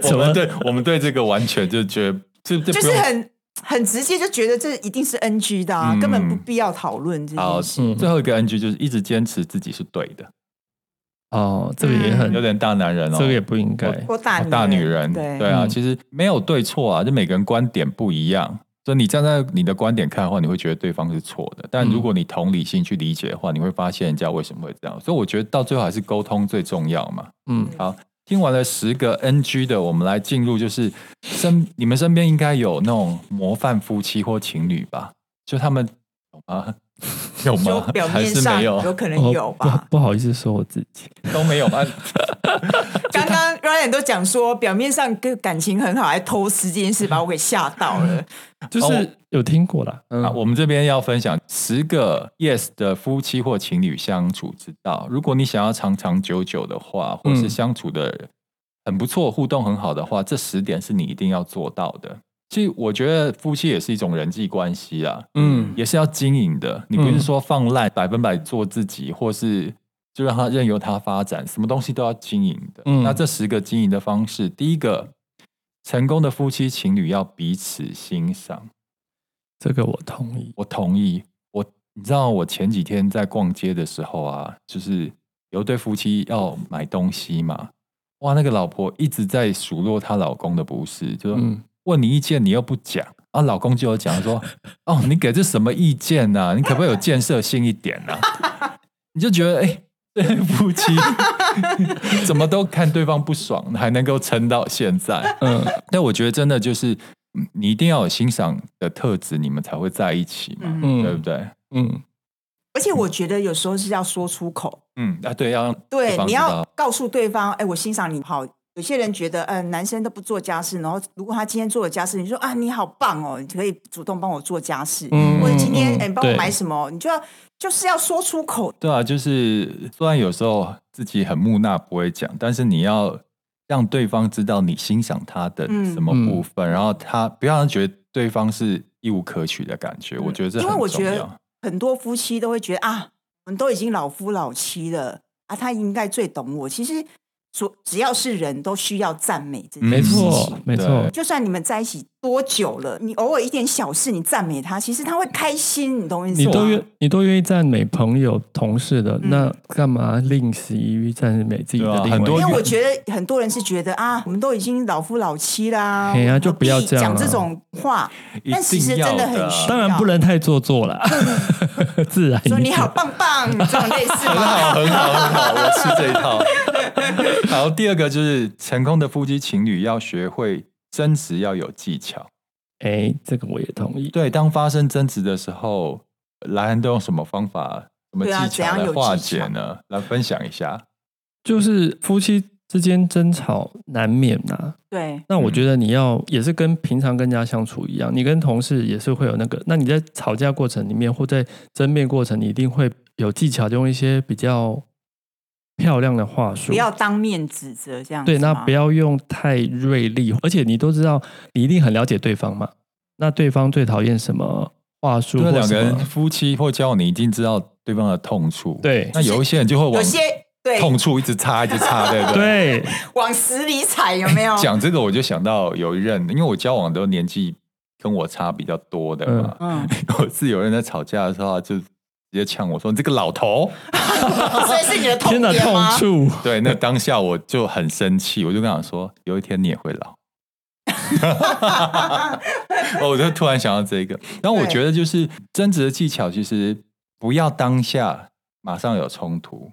Speaker 2: 怎么
Speaker 1: 们对我们对这个完全就觉得这这不
Speaker 3: 就是
Speaker 1: 用
Speaker 3: 很很直接就觉得这一定是 NG 的、啊，
Speaker 1: 嗯
Speaker 3: 根本不必要讨论这
Speaker 1: 好
Speaker 3: 件事。
Speaker 2: 嗯
Speaker 1: 最后一个 NG 就是一直坚持自己是对的，
Speaker 2: 哦，这个也很
Speaker 3: 嗯
Speaker 1: 有，点大男人哦，啊
Speaker 2: 这个也不应该。
Speaker 3: 或大女人
Speaker 1: 大女人，
Speaker 3: 对
Speaker 1: 啊，
Speaker 2: 嗯
Speaker 1: 其实没有对错啊，就每个人观点不一样。所以你站在你的观点看的话，你会觉得对方是错的。
Speaker 3: 嗯
Speaker 1: 但如果你同理心去理解的话，你会发现人家为什么会这样。所以我觉得到最后还是沟通最重要嘛。
Speaker 2: 嗯
Speaker 1: 好，听完了十个 NG 的，我们来进入就是身你们身边应该有那种模范夫妻或情侣吧？就他们有吗？有
Speaker 3: 就
Speaker 1: 吗？
Speaker 3: 表
Speaker 1: 还
Speaker 3: 面
Speaker 1: 是
Speaker 3: 上
Speaker 1: 没有？
Speaker 3: 可能
Speaker 2: 哦
Speaker 3: 有
Speaker 2: 不好
Speaker 3: 吧。
Speaker 2: 不好意思说我自己，
Speaker 1: 都没有吗？
Speaker 3: 刚刚 Ryan 都讲说，表面上跟感情很好，还偷吃这件事，把我给吓到了。
Speaker 2: 就是哦有听过啦。嗯
Speaker 1: 啊，我们这边要分享十个 yes 的夫妻或情侣相处之道。如果你想要长长久久的话，或是
Speaker 2: 嗯
Speaker 1: 相处的很不错、互动很好的话，这十点是你一定要做到的。其实我觉得夫妻也是一种人际关系啊，
Speaker 2: 嗯
Speaker 1: 也是要经营的。你不是
Speaker 2: 嗯
Speaker 1: 说放烂百分百做自己，或是就让它任由它发展，什么东西都要经营的。
Speaker 2: 嗯
Speaker 1: 那这十个经营的方式，第一个，成功的夫妻情侣要彼此欣赏。
Speaker 2: 这个我同意。
Speaker 1: 我同意。我你知道，我前几天在逛街的时候啊，就是有一对夫妻要买东西嘛，哇，那个老婆一直在数落她老公的不是，就说
Speaker 2: 嗯
Speaker 1: 问你意见，你又不讲啊，老公就有讲说， 哦，你给这什么意见呐、你可不可以有建设性一点呐、 你就觉得哎。这对夫 妻怎么都看对方不爽，还能够撑到现在，
Speaker 2: 嗯
Speaker 1: 但我觉得真的就是，嗯你一定要有欣赏的特质，你们才会在一起嘛，
Speaker 3: 嗯
Speaker 1: 对不
Speaker 2: 嗯
Speaker 1: 对？
Speaker 2: 嗯
Speaker 3: 而且我觉得有时候是要说出口，
Speaker 1: 嗯啊，对，要让
Speaker 3: 对，
Speaker 1: 方
Speaker 3: 你
Speaker 1: 知
Speaker 3: 要
Speaker 2: 哦
Speaker 1: 道
Speaker 3: 告诉对方，哎，我欣赏你好。有些人觉得，嗯、男生都不做家事，然后如果他今天做了家事，你说啊，你好棒哦，你可以主动帮我做家事，
Speaker 2: 嗯
Speaker 3: 或者今
Speaker 2: 嗯
Speaker 3: 天哎，你帮我
Speaker 2: 对
Speaker 3: 买什么，你就要就是要说出口，
Speaker 1: 对啊，就是虽然有时候自己很木讷不会讲，但是你要让对方知道你欣赏他的
Speaker 3: 嗯
Speaker 1: 什么部分，然后他不要让他觉得对方是一无可取的感觉，我觉得这
Speaker 3: 嗯因
Speaker 1: 很
Speaker 3: 为我
Speaker 1: 重
Speaker 3: 觉
Speaker 1: 要。
Speaker 3: 得很多夫妻都会觉得啊，我们都已经老夫老妻了啊，他应该最懂我。其实所只要是人都需要赞美这
Speaker 1: 嗯
Speaker 2: 没
Speaker 3: 件事情
Speaker 2: 错。，没错，
Speaker 3: 就算你们在一起多久了，你偶尔一点小事，你赞美他，其实他会开心，你懂我意思
Speaker 2: 你
Speaker 3: 吗？
Speaker 2: 都
Speaker 1: 啊
Speaker 2: 愿你都愿意赞美朋友、同事
Speaker 3: 嗯
Speaker 2: 的，那干嘛吝惜于赞美自己的
Speaker 1: 对啊
Speaker 2: 另外一
Speaker 1: 很多
Speaker 3: 因
Speaker 2: 半
Speaker 3: 为我觉得很多人是觉得啊，我们都已经老夫老妻啦，
Speaker 2: 嘿啊就
Speaker 3: 何必
Speaker 2: 不要这样哎
Speaker 3: 讲
Speaker 2: 啊
Speaker 3: 这种 话。
Speaker 1: 一
Speaker 3: 但其实
Speaker 1: 定要啊
Speaker 3: 真的很需
Speaker 2: 当然不能太做作啦， 自然一
Speaker 3: 说
Speaker 2: 点。
Speaker 3: 你好棒 棒，这种类似
Speaker 1: 很
Speaker 3: 吗？
Speaker 1: 啊好，很好，很好，我吃这一 套。好，第二个就是成功的夫妻情侣要学会争执要有技巧。
Speaker 2: 哎，这个我也同意。
Speaker 1: 对，当发生争执的时候，莱恩都用什么方法、什么
Speaker 3: 对
Speaker 1: 技
Speaker 3: 啊
Speaker 1: 巧
Speaker 3: 怎样
Speaker 1: 来
Speaker 3: 有
Speaker 1: 化
Speaker 3: 技
Speaker 1: 解
Speaker 3: 巧
Speaker 1: 呢？来分享一下。
Speaker 2: 就是夫妻之间争吵难免呐、
Speaker 3: 对，
Speaker 2: 那我觉得你要也是跟平常跟人家相处一样，你跟同事也是会有那个。那你在吵架过程里面或在争辩过程，你一定会有技巧，用一些比较漂亮的话术
Speaker 3: 不。要当面指责这样子
Speaker 2: 对，
Speaker 3: 吗。
Speaker 2: 那不要用太锐利，而且你都知道，你一定很了解对方嘛。那对方最讨厌什么话术
Speaker 1: 因
Speaker 2: 或
Speaker 1: 为
Speaker 2: 什么？
Speaker 1: 啊两个人夫妻或交往，你一定知道对方的痛处。，
Speaker 2: 对
Speaker 1: 那有一些人就会
Speaker 3: 有
Speaker 1: 往
Speaker 3: 些对嗯
Speaker 1: 痛处一直插，一直插，对不对？
Speaker 2: 对，
Speaker 3: 往死里踩，有 没有？
Speaker 1: 讲这个我就想到有一任，因为我交往都年纪跟我差比较多的嘛，
Speaker 3: 嗯，
Speaker 1: 有一次有人在吵架的时候，他就直接呛我说：“你这个老头
Speaker 3: 所以是你的痛
Speaker 2: 天哪，
Speaker 3: 点
Speaker 2: 痛
Speaker 3: 吗？
Speaker 2: 处！！”
Speaker 1: 对，那当下我就很生气，我就跟他说：“有一天你也会老。” 哦，我就突然想到这个，然后我
Speaker 3: 对
Speaker 1: 觉得就是争执的技巧，其实不要当下马上有冲突，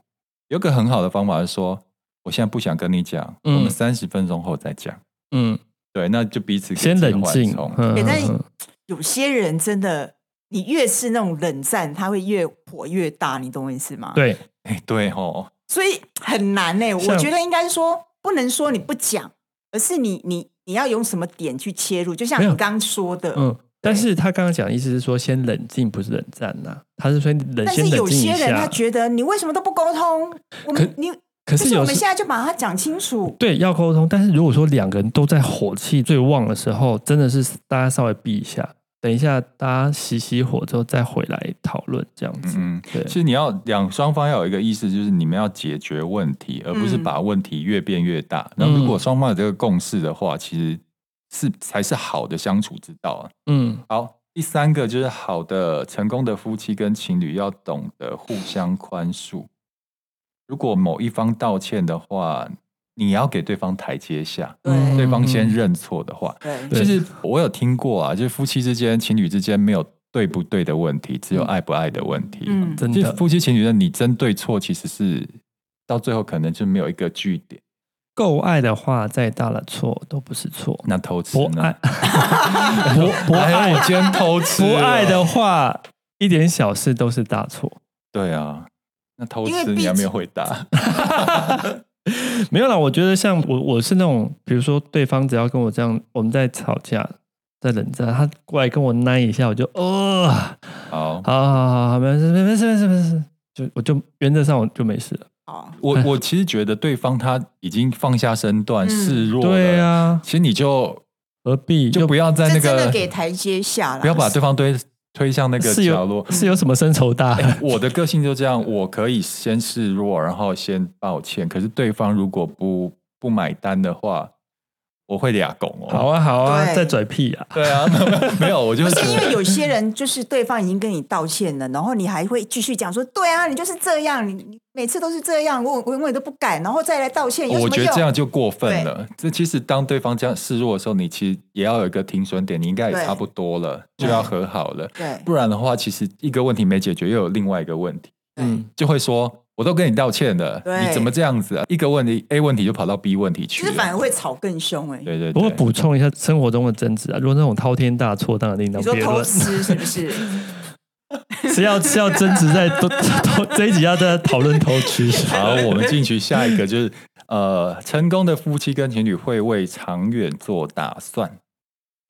Speaker 1: 有个很好的方法是说：“我现在不想跟你讲，
Speaker 2: 嗯
Speaker 1: 我们三十分钟后再讲。”
Speaker 2: 嗯，
Speaker 1: 对，那就彼此给
Speaker 2: 先
Speaker 1: 自己
Speaker 2: 冷
Speaker 1: 缓
Speaker 2: 静
Speaker 1: 冲。。
Speaker 2: 嗯
Speaker 3: 对但
Speaker 2: 嗯嗯
Speaker 3: 有些人真的，你越是那种冷战，他会越火越大，你懂我意思吗？，
Speaker 2: 对，
Speaker 1: 哎， 对哦，
Speaker 3: 所以很难呢、
Speaker 2: 像
Speaker 3: 我觉得应该说，不能说你不讲，而是你你你要用什么点去切入，就像
Speaker 2: 没
Speaker 3: 你
Speaker 2: 有
Speaker 3: 刚说的，
Speaker 2: 嗯，但是他刚刚讲的意思是说，先冷静，不是冷战呐、他是说你冷
Speaker 3: 但
Speaker 2: 先
Speaker 3: 是
Speaker 2: 冷
Speaker 3: 有
Speaker 2: 静
Speaker 3: 些
Speaker 2: 一
Speaker 3: 人他
Speaker 2: 下。
Speaker 3: 觉得你为什么都不沟通？我们
Speaker 2: 可
Speaker 3: 你
Speaker 2: 可
Speaker 3: 就是是我
Speaker 2: 有
Speaker 3: 们
Speaker 2: 时
Speaker 3: 现在就把它讲清楚。
Speaker 2: 对要沟通，但是如果说两个人都在火气最旺的时候，真的是大家稍微避一下，等一下大家熄熄火之后再回来讨论这样子。
Speaker 1: 嗯，
Speaker 2: 对
Speaker 1: 其实你要两双方要有一个意识，就是你们要解决问题，而不是把问题越变越大。那、如果双方有这个共识的话，其实是才是好的相处之道啊。
Speaker 2: 嗯，
Speaker 1: 好，第三个就是好的成功的夫妻跟情侣要懂得互相宽恕。如果某一方道歉的话，你要给对方台阶下，
Speaker 3: 对
Speaker 1: 对方先认错的话，
Speaker 3: 对
Speaker 2: 对
Speaker 1: 其实我有听过啊，就是夫妻之间、情侣之间没有对不对的问题，只有爱不爱的问题。
Speaker 3: 嗯，
Speaker 2: 真
Speaker 1: 就是
Speaker 2: 的。
Speaker 1: 夫妻情侣的你针对错，其实是到最后可能就没有一个据点。
Speaker 2: 够爱的话，再大的错都不是错。
Speaker 1: 那偷吃
Speaker 2: 不爱
Speaker 1: 呢？，
Speaker 2: 不不
Speaker 1: 哎
Speaker 2: 爱
Speaker 1: 我今天偷吃了
Speaker 2: 不爱的话，一点小事都是大错。
Speaker 1: 对啊，那偷
Speaker 3: 因为
Speaker 1: 吃
Speaker 3: 毕
Speaker 1: 你还没
Speaker 3: 竟
Speaker 1: 有回 答。
Speaker 2: 没有啦，我觉得像我我是那种，比如说对方只要跟我这样，我们在吵架，在冷战，他过来跟我耐一下，我就哦，
Speaker 1: 好，
Speaker 2: 好好好好，没事没事没事没事，就我就原则上我就没事了。
Speaker 3: 好，
Speaker 1: 我我其实觉得对方他已经放下身段
Speaker 3: 嗯
Speaker 1: 示弱了，
Speaker 2: 对啊，
Speaker 1: 其实你就
Speaker 2: 何必
Speaker 1: 就不要在那
Speaker 3: 这真的
Speaker 1: 个
Speaker 3: 给台阶下了，
Speaker 1: 不要把对方推推向那个
Speaker 2: 是
Speaker 1: 角落哎
Speaker 2: 有。是有什么深仇大恨？
Speaker 1: 我的个性就这样，我可以先示弱，然后先抱歉。可是对方如果不不买单的话，我会俩拱哦。
Speaker 2: 好，啊好啊，
Speaker 3: 对
Speaker 2: 再拽屁啊！
Speaker 1: 对啊， 没有，我就是
Speaker 3: 不
Speaker 1: 觉
Speaker 3: 是因为
Speaker 1: 得
Speaker 3: 有些人就是对方已经跟你道歉了，然后你还会继续讲说，对啊，你就是这样，你你每次都是这样，我我永远都不改，然后再来道歉，有什
Speaker 1: 我
Speaker 3: 么
Speaker 1: 觉
Speaker 3: 用？
Speaker 1: 得这样就过分了。这其实当对方这样示弱的时候，你其实也要有一个停损点，你应该也
Speaker 3: 对
Speaker 1: 差不多了，就要和好了。
Speaker 3: 对
Speaker 1: 不啊然的话，其实一个问题没解决，又有另外一个问题，
Speaker 3: 对，
Speaker 1: 就会说我都跟你道歉了，
Speaker 3: 对
Speaker 1: 你怎么这样子啊？一个问题 A 问题就跑到 B 问题
Speaker 3: 其
Speaker 1: 去
Speaker 3: 实反而
Speaker 1: 了。
Speaker 3: 会吵更凶哎。
Speaker 1: 对对对，
Speaker 2: 不过补充一下生活中的争执啊，如果那种滔天大错，当然另当
Speaker 3: 你说
Speaker 2: 别
Speaker 3: 偷
Speaker 2: 论。
Speaker 3: 吃是不是？
Speaker 2: 是要是要争执在都都这一集要在讨论偷吃。
Speaker 1: 好，我们进去下一个就是呃，成功的夫妻跟情侣会为长远做打算。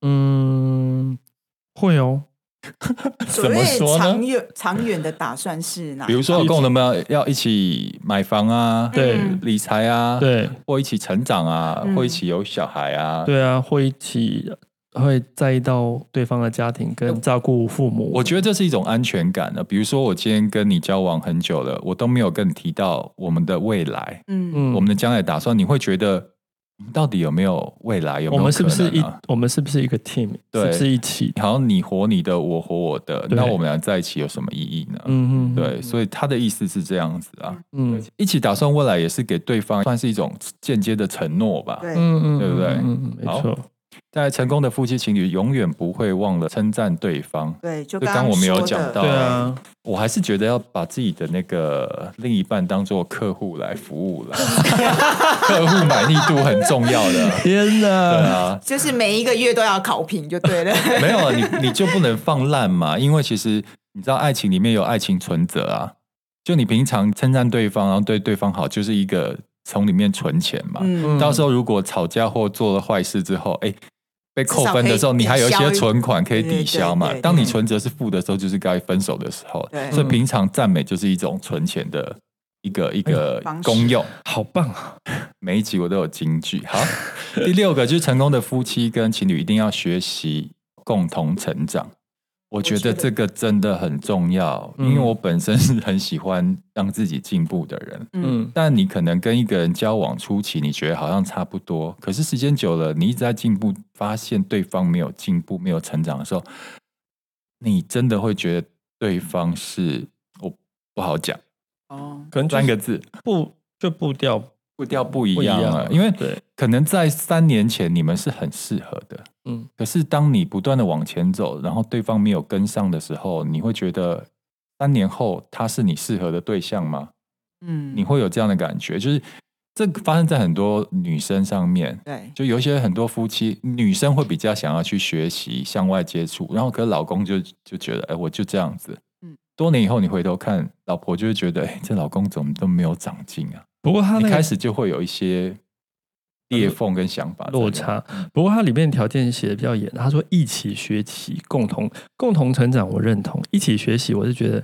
Speaker 2: 嗯，会哦，
Speaker 3: 所
Speaker 1: 么
Speaker 3: 谓
Speaker 1: 说呢
Speaker 3: 长远长远的打算是哪
Speaker 1: 比？如说，跟我们要一起买房啊，
Speaker 2: 对
Speaker 3: 嗯
Speaker 1: 理财啊，，
Speaker 2: 对
Speaker 1: 或一起成长啊，
Speaker 3: 嗯
Speaker 1: 或一起有小孩啊，
Speaker 2: 对啊，会一起会在意到对方的家庭跟照顾父母。
Speaker 1: 我觉得这是一种安全感啊呢。比如说，我今天跟你交往很久了，我都没有跟你提到我们的未来，
Speaker 3: 嗯，
Speaker 2: 嗯
Speaker 1: 我们的将来打算，你会觉得你到底有没有未来？有没有
Speaker 2: 我们是不是
Speaker 1: 可能
Speaker 2: 一
Speaker 1: 啊
Speaker 2: 我们是不是一个 team？
Speaker 1: 对
Speaker 2: 是不是一起？
Speaker 1: 好像你活你的，我活我的，
Speaker 2: 对
Speaker 1: 那我们俩在一起有什么意义呢？
Speaker 2: 嗯嗯，嗯
Speaker 1: 对，，所以他的意思是这样子啊，
Speaker 2: 嗯
Speaker 1: 一起打算未来也是给对方算是一种间接的承诺吧。
Speaker 3: 对，
Speaker 2: 嗯嗯，
Speaker 1: 对不对
Speaker 2: 嗯嗯，没
Speaker 1: 好
Speaker 2: 错，
Speaker 1: 在成功的夫妻情侣永远不会忘了称赞对方。
Speaker 3: 对，就
Speaker 1: 就
Speaker 3: 刚
Speaker 1: 刚我们有
Speaker 3: 说
Speaker 1: 讲
Speaker 3: 的
Speaker 1: 到
Speaker 2: 对啊，
Speaker 1: 我还是觉得要把自己的那个另一半当做客户来服 务了，客户满意度很重要的。
Speaker 2: 天
Speaker 1: 对
Speaker 2: 哪，
Speaker 1: 啊，
Speaker 3: 就是每一个月都要考评就对了。
Speaker 1: 没有啊，你你就不能放烂嘛，因为其实你知道，爱情里面有爱情存折啊，就你平常称赞对方，然后对对方好，就是一个从里面存钱嘛。
Speaker 3: 嗯，
Speaker 1: 到时候如果吵架或做了坏事之后，哎、被扣分的时候，
Speaker 3: 至少可以
Speaker 1: 你还有一
Speaker 3: 抵消
Speaker 1: 些
Speaker 3: 一
Speaker 1: 存款可以
Speaker 3: 对对
Speaker 1: 抵消嘛
Speaker 3: 对。对
Speaker 1: 当你存折是负的时候，就是该分手的时候。
Speaker 3: 对
Speaker 1: 所以平常赞美就是一种存钱的一个一个
Speaker 3: 嗯方式
Speaker 1: 功用。
Speaker 2: 好棒啊！
Speaker 1: 每一集我都有金句。 好，第六个就是成功的夫妻跟情侣一定要学习共同成长。我觉
Speaker 3: 觉
Speaker 1: 得
Speaker 3: 得
Speaker 1: 这个真的很重要，
Speaker 2: 嗯
Speaker 1: 因为我本身是很喜欢让自己进步的人。
Speaker 3: 嗯，
Speaker 2: 嗯
Speaker 1: 但你可能跟一个人交往初期，你觉得好像差不多，可是时间久了，你一直在进步，发现对方没有进步、没有成长的时候，你真的会觉得对方是我不好讲，
Speaker 3: 哦，
Speaker 2: 可能就
Speaker 1: 三个字，
Speaker 2: 步就步调
Speaker 1: 步调不一
Speaker 2: 不一
Speaker 1: 样
Speaker 2: 样
Speaker 1: 了，
Speaker 2: 了
Speaker 1: 因为
Speaker 2: 对，
Speaker 1: 可能在三年前你们是很适合的，
Speaker 2: 嗯
Speaker 1: 可是当你不断的往前走，然后对方没有跟上的时候，你会觉得三年后他是你适合的对象吗？
Speaker 3: 嗯，
Speaker 1: 你会有这样的感觉，就是这个发生在很多女生上面。
Speaker 3: 对，
Speaker 1: 就有一些很多夫妻，女生会比较想要去学习向外接触，然后可是老公就就觉得，哎，我就这样子。
Speaker 3: 嗯
Speaker 1: 多年以后你回头看，老婆就会觉得，哎，这老公怎么都没有长进啊？
Speaker 2: 不过他
Speaker 1: 一
Speaker 2: 那
Speaker 1: 开
Speaker 2: 个
Speaker 1: 始就会有一些裂缝跟想法在
Speaker 2: 落
Speaker 1: 里面。
Speaker 2: 差，不过它里面条件写的比较严，他说一起学习，共同共同成长，我认同。一起学习，我是觉得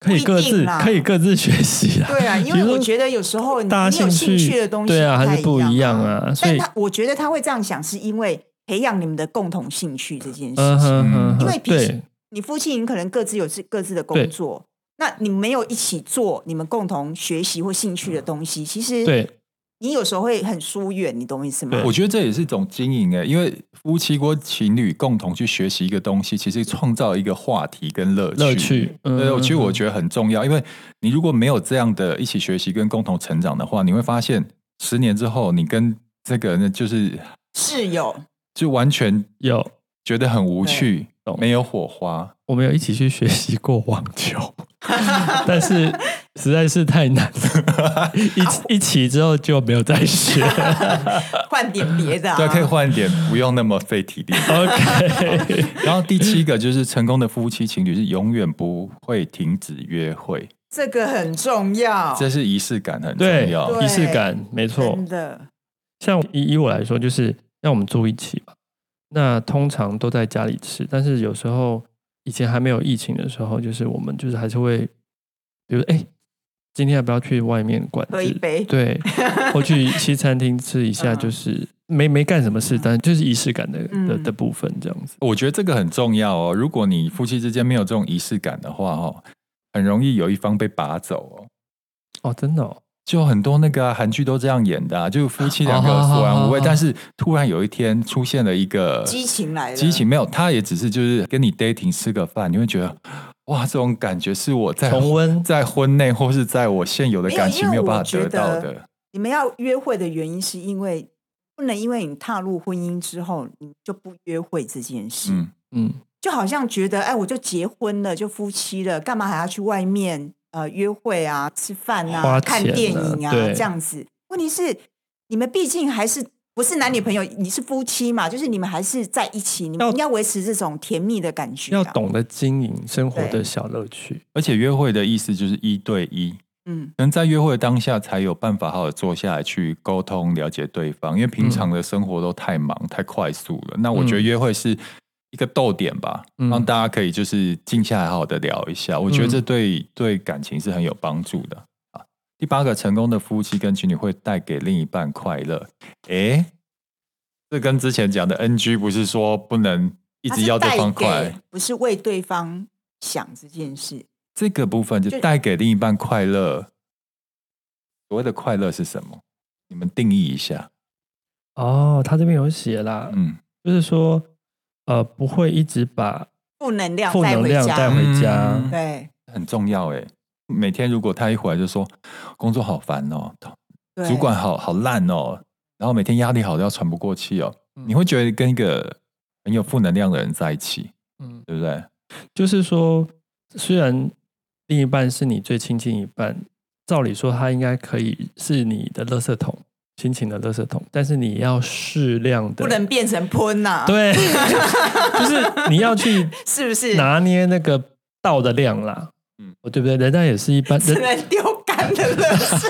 Speaker 2: 可以
Speaker 3: 不
Speaker 2: 各
Speaker 3: 一定
Speaker 2: 自
Speaker 3: 啦
Speaker 2: 可以各自学习啊。
Speaker 3: 对啊，因为我觉
Speaker 2: 得
Speaker 3: 得有时候你
Speaker 2: 大
Speaker 3: 你
Speaker 2: 家
Speaker 3: 有兴趣
Speaker 2: 趣
Speaker 3: 的东西
Speaker 2: 对啊还
Speaker 3: 太
Speaker 2: 是不
Speaker 3: 一
Speaker 2: 一样
Speaker 3: 啊。
Speaker 2: 啊，所
Speaker 3: 但
Speaker 2: 以
Speaker 3: 他我觉得他会这样想，是因为培养你们的共同兴趣这件事
Speaker 2: 嗯
Speaker 3: 情。
Speaker 2: 哼哼
Speaker 1: 因
Speaker 2: 哼
Speaker 3: 为，比
Speaker 2: 对
Speaker 3: 你夫妻，你可能各自有自各自的
Speaker 2: 对
Speaker 3: 工作，那你没有一起做你们共同学习或兴趣的东西，其实
Speaker 2: 对，
Speaker 3: 你有时候会很疏远，你懂我意思吗
Speaker 2: 对？
Speaker 1: 我觉得这也是一种经营诶、因为夫妻或情侣共同去学习一个东西，其实创造一个话题跟乐趣。
Speaker 2: 乐趣，嗯
Speaker 1: 对，我其实我
Speaker 2: 嗯
Speaker 1: 觉得很重要，因为你如果没有这样的一起学习跟共同成长的话，你会发现十年之后，你跟这个人就是
Speaker 3: 室友，
Speaker 1: 就完全
Speaker 2: 有
Speaker 1: 觉得很无趣
Speaker 2: 对，懂
Speaker 1: 没有火花。
Speaker 2: 我们有一起去学习过网球， 但是实在是太难 了，一一起之后就没有再学。
Speaker 3: 换点别的、啊，
Speaker 1: 对，可以换一点，不用那么费 体力。
Speaker 2: OK，
Speaker 1: 然后第七个就是成功的夫妻情侣是永远不会停止约会，
Speaker 3: 这个很重要，
Speaker 2: 啊
Speaker 1: 这是仪式感很重
Speaker 2: 对
Speaker 1: 要。，
Speaker 3: 对
Speaker 2: 仪式感没错
Speaker 3: 真。的，
Speaker 2: 像以以我来说，就是让我们住一起吧。那通常都在家里吃，但是有时候以前还没有疫情的时候，就是我们就是还是会，比如哎、诶今天要不要去外面馆子
Speaker 3: 喝一杯
Speaker 2: 对，或去西餐厅吃一下，
Speaker 3: 嗯
Speaker 2: 就是没没干什么事，但就是仪式感的的
Speaker 3: 嗯
Speaker 2: 的部分这样子。
Speaker 1: 我觉得这个很重要哦。如果你夫妻之间没有这种仪式感的话，哦，很容易有一方被拔走哦。
Speaker 2: 哦，真的、哦，
Speaker 1: 就很多那个啊韩剧都这样演的、啊，就夫妻两个索然无味，
Speaker 2: 哦
Speaker 1: 但是突然有一天出现了一个
Speaker 3: 激情来了，
Speaker 1: 激情，没有，他也只是就是跟你 dating 吃个饭，你会觉得哇，这种感觉是我在
Speaker 2: 重 温
Speaker 1: 在婚内或是在我现有的感情没
Speaker 3: 没有因为
Speaker 1: 有办法
Speaker 3: 我觉
Speaker 1: 得到
Speaker 3: 得
Speaker 1: 的。
Speaker 3: 你们要约会的原因是因为不能因为你踏入婚姻之后，你就不约会这件事，
Speaker 1: 嗯，
Speaker 2: 嗯，
Speaker 3: 就好像觉得哎，我就结婚了，就夫妻了，干嘛还要去外面呃约会啊、吃饭
Speaker 2: 花
Speaker 3: 啊、看
Speaker 2: 钱啊
Speaker 3: 电影啊
Speaker 2: 对
Speaker 3: 这样子？问题是你们毕竟还是。不是男女朋友，你是夫妻嘛？就是你们还是在一起，你们
Speaker 2: 要
Speaker 3: 应该维持这种甜蜜的感觉、啊。
Speaker 2: 要，懂得经营生活
Speaker 3: 对
Speaker 2: 的小乐趣。
Speaker 1: 而且约会的意思就是一对一，
Speaker 3: 嗯，
Speaker 1: 可能在约会当下才有办法好好坐下来去沟通、了解对方，因为平常的生活都太忙、太快速
Speaker 3: 嗯
Speaker 1: 了。那我觉得约会是一个逗点吧，
Speaker 2: 嗯
Speaker 1: 让大家可以就是静下来好好的聊一下。我觉得
Speaker 2: 嗯
Speaker 1: 这对、对感情是很有帮助的啊。第八个，成功的夫妻跟情侣会带给另一半快乐。诶，这跟之前讲的 NG 不是说不能一
Speaker 3: 他
Speaker 1: 直
Speaker 3: 是
Speaker 1: 要这
Speaker 3: 带
Speaker 1: 方
Speaker 3: 给
Speaker 1: 块，
Speaker 3: 不是为对方想这件事。
Speaker 1: 这个部分就
Speaker 3: 就
Speaker 1: 带给另一半快乐。所谓的快乐是什么？你们定义一下。
Speaker 2: 哦，他这边有写啦，
Speaker 1: 嗯，
Speaker 2: 就是说，呃，不会一直把
Speaker 3: 负能量
Speaker 2: 负
Speaker 3: 带
Speaker 2: 能
Speaker 3: 回
Speaker 2: 量带
Speaker 3: 家，
Speaker 2: 回家。
Speaker 1: 嗯
Speaker 3: 对
Speaker 1: 很重要哎。每天如果他一回来就说工作好烦哦，
Speaker 3: 对，
Speaker 1: 主管好好烂哦，然后每天压力好的要喘不过气哦，
Speaker 2: 嗯
Speaker 1: 你会觉得跟一个很有负能量的人在一起，
Speaker 2: 嗯，
Speaker 1: 对不对？
Speaker 2: 就是说，虽然另一半是你最亲近一半，照理说他应该可以是你的垃圾桶，亲情的垃圾桶，但是你要适量的，
Speaker 3: 不能变成喷呐、，
Speaker 2: 对， 就是你要去
Speaker 3: 是不 是？
Speaker 2: 拿捏那个倒的量啦。嗯
Speaker 1: 嗯，
Speaker 2: 对不对？人家也是一 般，
Speaker 3: 只
Speaker 2: 人
Speaker 3: 能丢干的垃 圾，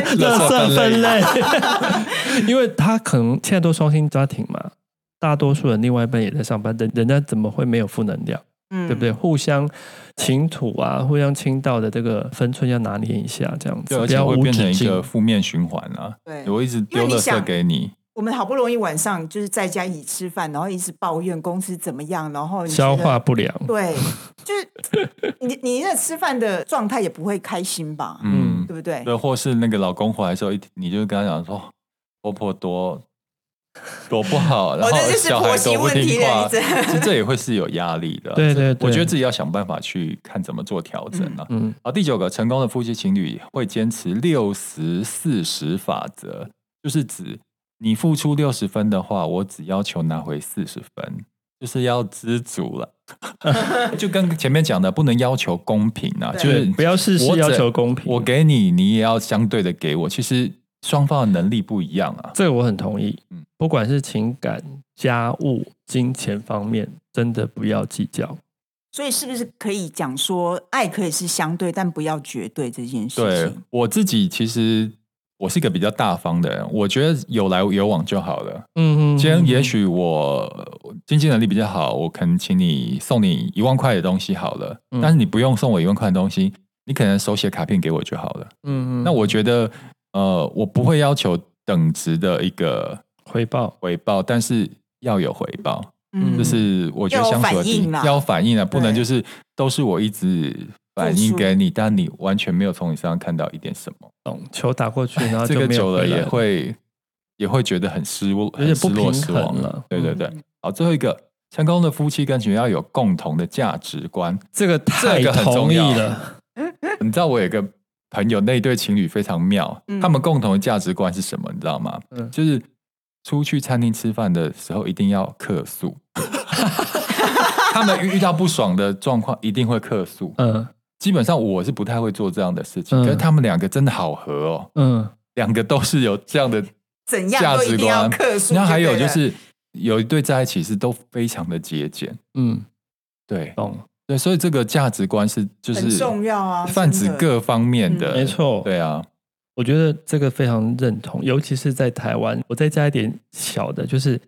Speaker 1: 垃
Speaker 2: 垃
Speaker 1: 圾
Speaker 2: 圾分
Speaker 1: 分
Speaker 2: 类， 因为他可能现在都双薪家庭嘛，大多数人另外一半也在上班，人人家怎么会没有负能量，
Speaker 3: 嗯
Speaker 2: 对不对？？互相倾吐啊，互相倾倒的这个分寸要拿捏一下，这样子
Speaker 1: 对，而
Speaker 2: 不
Speaker 1: 且
Speaker 2: 要
Speaker 1: 会
Speaker 2: 无
Speaker 1: 变成
Speaker 2: 止
Speaker 1: 一
Speaker 2: 境
Speaker 1: 个。负面循环啊。
Speaker 3: 对，
Speaker 1: 我一直丢
Speaker 3: 因为
Speaker 1: 垃
Speaker 3: 你
Speaker 1: 圾
Speaker 3: 想
Speaker 1: 给你，
Speaker 3: 我们好不容易晚上就是在家一起吃饭，然后一直抱怨公司怎么样，然后你觉
Speaker 2: 消
Speaker 3: 得
Speaker 2: 化不良，
Speaker 3: 对，就是你你那吃饭的状态也不会开心吧？
Speaker 1: 嗯，
Speaker 3: 对不对？
Speaker 1: 对，或是那个老公回来的时候，一你就跟他讲说，哦婆婆多多不 好，然
Speaker 3: 哦
Speaker 1: 后
Speaker 3: 这就是
Speaker 1: 小
Speaker 3: 婆
Speaker 1: 孩
Speaker 3: 媳
Speaker 1: 都不
Speaker 3: 问题
Speaker 1: 听
Speaker 3: 了
Speaker 1: 话，
Speaker 3: 你这
Speaker 1: 这这也会是有压力的。
Speaker 2: 对对对
Speaker 1: 我觉得自己要想办法去看怎么做调整啊。
Speaker 2: 嗯，
Speaker 1: 好，第九个，成功的夫妻情侣会坚持六十四十法则，就是指你付出六十分的话，我只要求拿回四十分，就是要知足了。 就跟前面讲的，不能要求公平啊，
Speaker 3: 对
Speaker 1: 就是
Speaker 2: 不要事事
Speaker 1: 我只
Speaker 2: 要求公平。
Speaker 1: 我给你，你也要相对的给我。其实双方的能力不一样啊。
Speaker 2: 这个我很同意
Speaker 1: 嗯。
Speaker 2: 不管是情感、家务、金钱方面，真的不要计较。
Speaker 3: 所以是不是可以讲说，爱可以是相对，但不要绝对这件事
Speaker 1: 对
Speaker 3: 情？
Speaker 1: 我自己，其实我是一个比较大方的人，我觉得有来有往就好了。
Speaker 2: 嗯嗯，
Speaker 1: 今天也许我呃经济能力比较好，我可能请你送你一万块的东西好了，
Speaker 2: 嗯
Speaker 1: 但是你不用送我一万块的东西，你可能手写卡片给我就好了。
Speaker 2: 嗯嗯，
Speaker 1: 那我觉得，呃，我不会要求等值的一个
Speaker 2: 回报
Speaker 1: 回报，但是要有回报。
Speaker 2: 嗯
Speaker 1: 就
Speaker 2: 这
Speaker 1: 是我觉得相处的
Speaker 3: 要有
Speaker 1: 地
Speaker 3: 反应啦
Speaker 1: 要有反应啊，不能
Speaker 3: 对
Speaker 1: 就是都是我一直反应给你，但你完全没有从你身上看到一点什么。
Speaker 2: 懂球 打过去，然后
Speaker 1: 这
Speaker 2: 就
Speaker 1: 个
Speaker 2: 没有
Speaker 1: 久了
Speaker 2: 回来
Speaker 1: 也会也会觉得很失落，
Speaker 2: 有
Speaker 1: 很
Speaker 2: 点不
Speaker 1: 失落
Speaker 2: 平
Speaker 1: 失
Speaker 2: 衡
Speaker 1: 望
Speaker 2: 了
Speaker 1: 对对对
Speaker 3: 嗯，
Speaker 1: 好，最后一个，成功的夫妻跟群要有共同的价值观。
Speaker 2: 这个太
Speaker 1: 这个很
Speaker 2: 同
Speaker 1: 重
Speaker 2: 意
Speaker 1: 要
Speaker 2: 了。
Speaker 1: 你知道我有一个朋友，那一对情侣非常妙，
Speaker 3: 嗯
Speaker 1: 他们共同的价值观是什么？你知道吗？
Speaker 2: 嗯
Speaker 1: 就是出去餐厅吃饭的时候一定要客诉。 他们遇到不爽的状况一定会客诉，
Speaker 2: 嗯
Speaker 1: 基本上我是不太会做这样的事情，
Speaker 2: 嗯
Speaker 1: 可是他们两个真的好合哦，
Speaker 2: 嗯，
Speaker 1: 两个都是有这样的
Speaker 3: 怎样
Speaker 1: 价
Speaker 3: 都一
Speaker 1: 值
Speaker 3: 定要
Speaker 1: 观
Speaker 3: 克数。
Speaker 1: 然后还有
Speaker 3: 对
Speaker 1: 就
Speaker 3: 了，
Speaker 1: 是有一对在一起是都非常的节俭，
Speaker 2: 嗯，
Speaker 1: 对
Speaker 2: 懂，
Speaker 1: 对，所以这个价值观是就是
Speaker 3: 很重要啊
Speaker 1: 泛指
Speaker 3: 真的
Speaker 1: 各方面的，
Speaker 3: 嗯
Speaker 2: 没，错。
Speaker 1: 对啊，
Speaker 2: 我觉得这个非常认同，尤其是在台湾。我再加一点小的，就是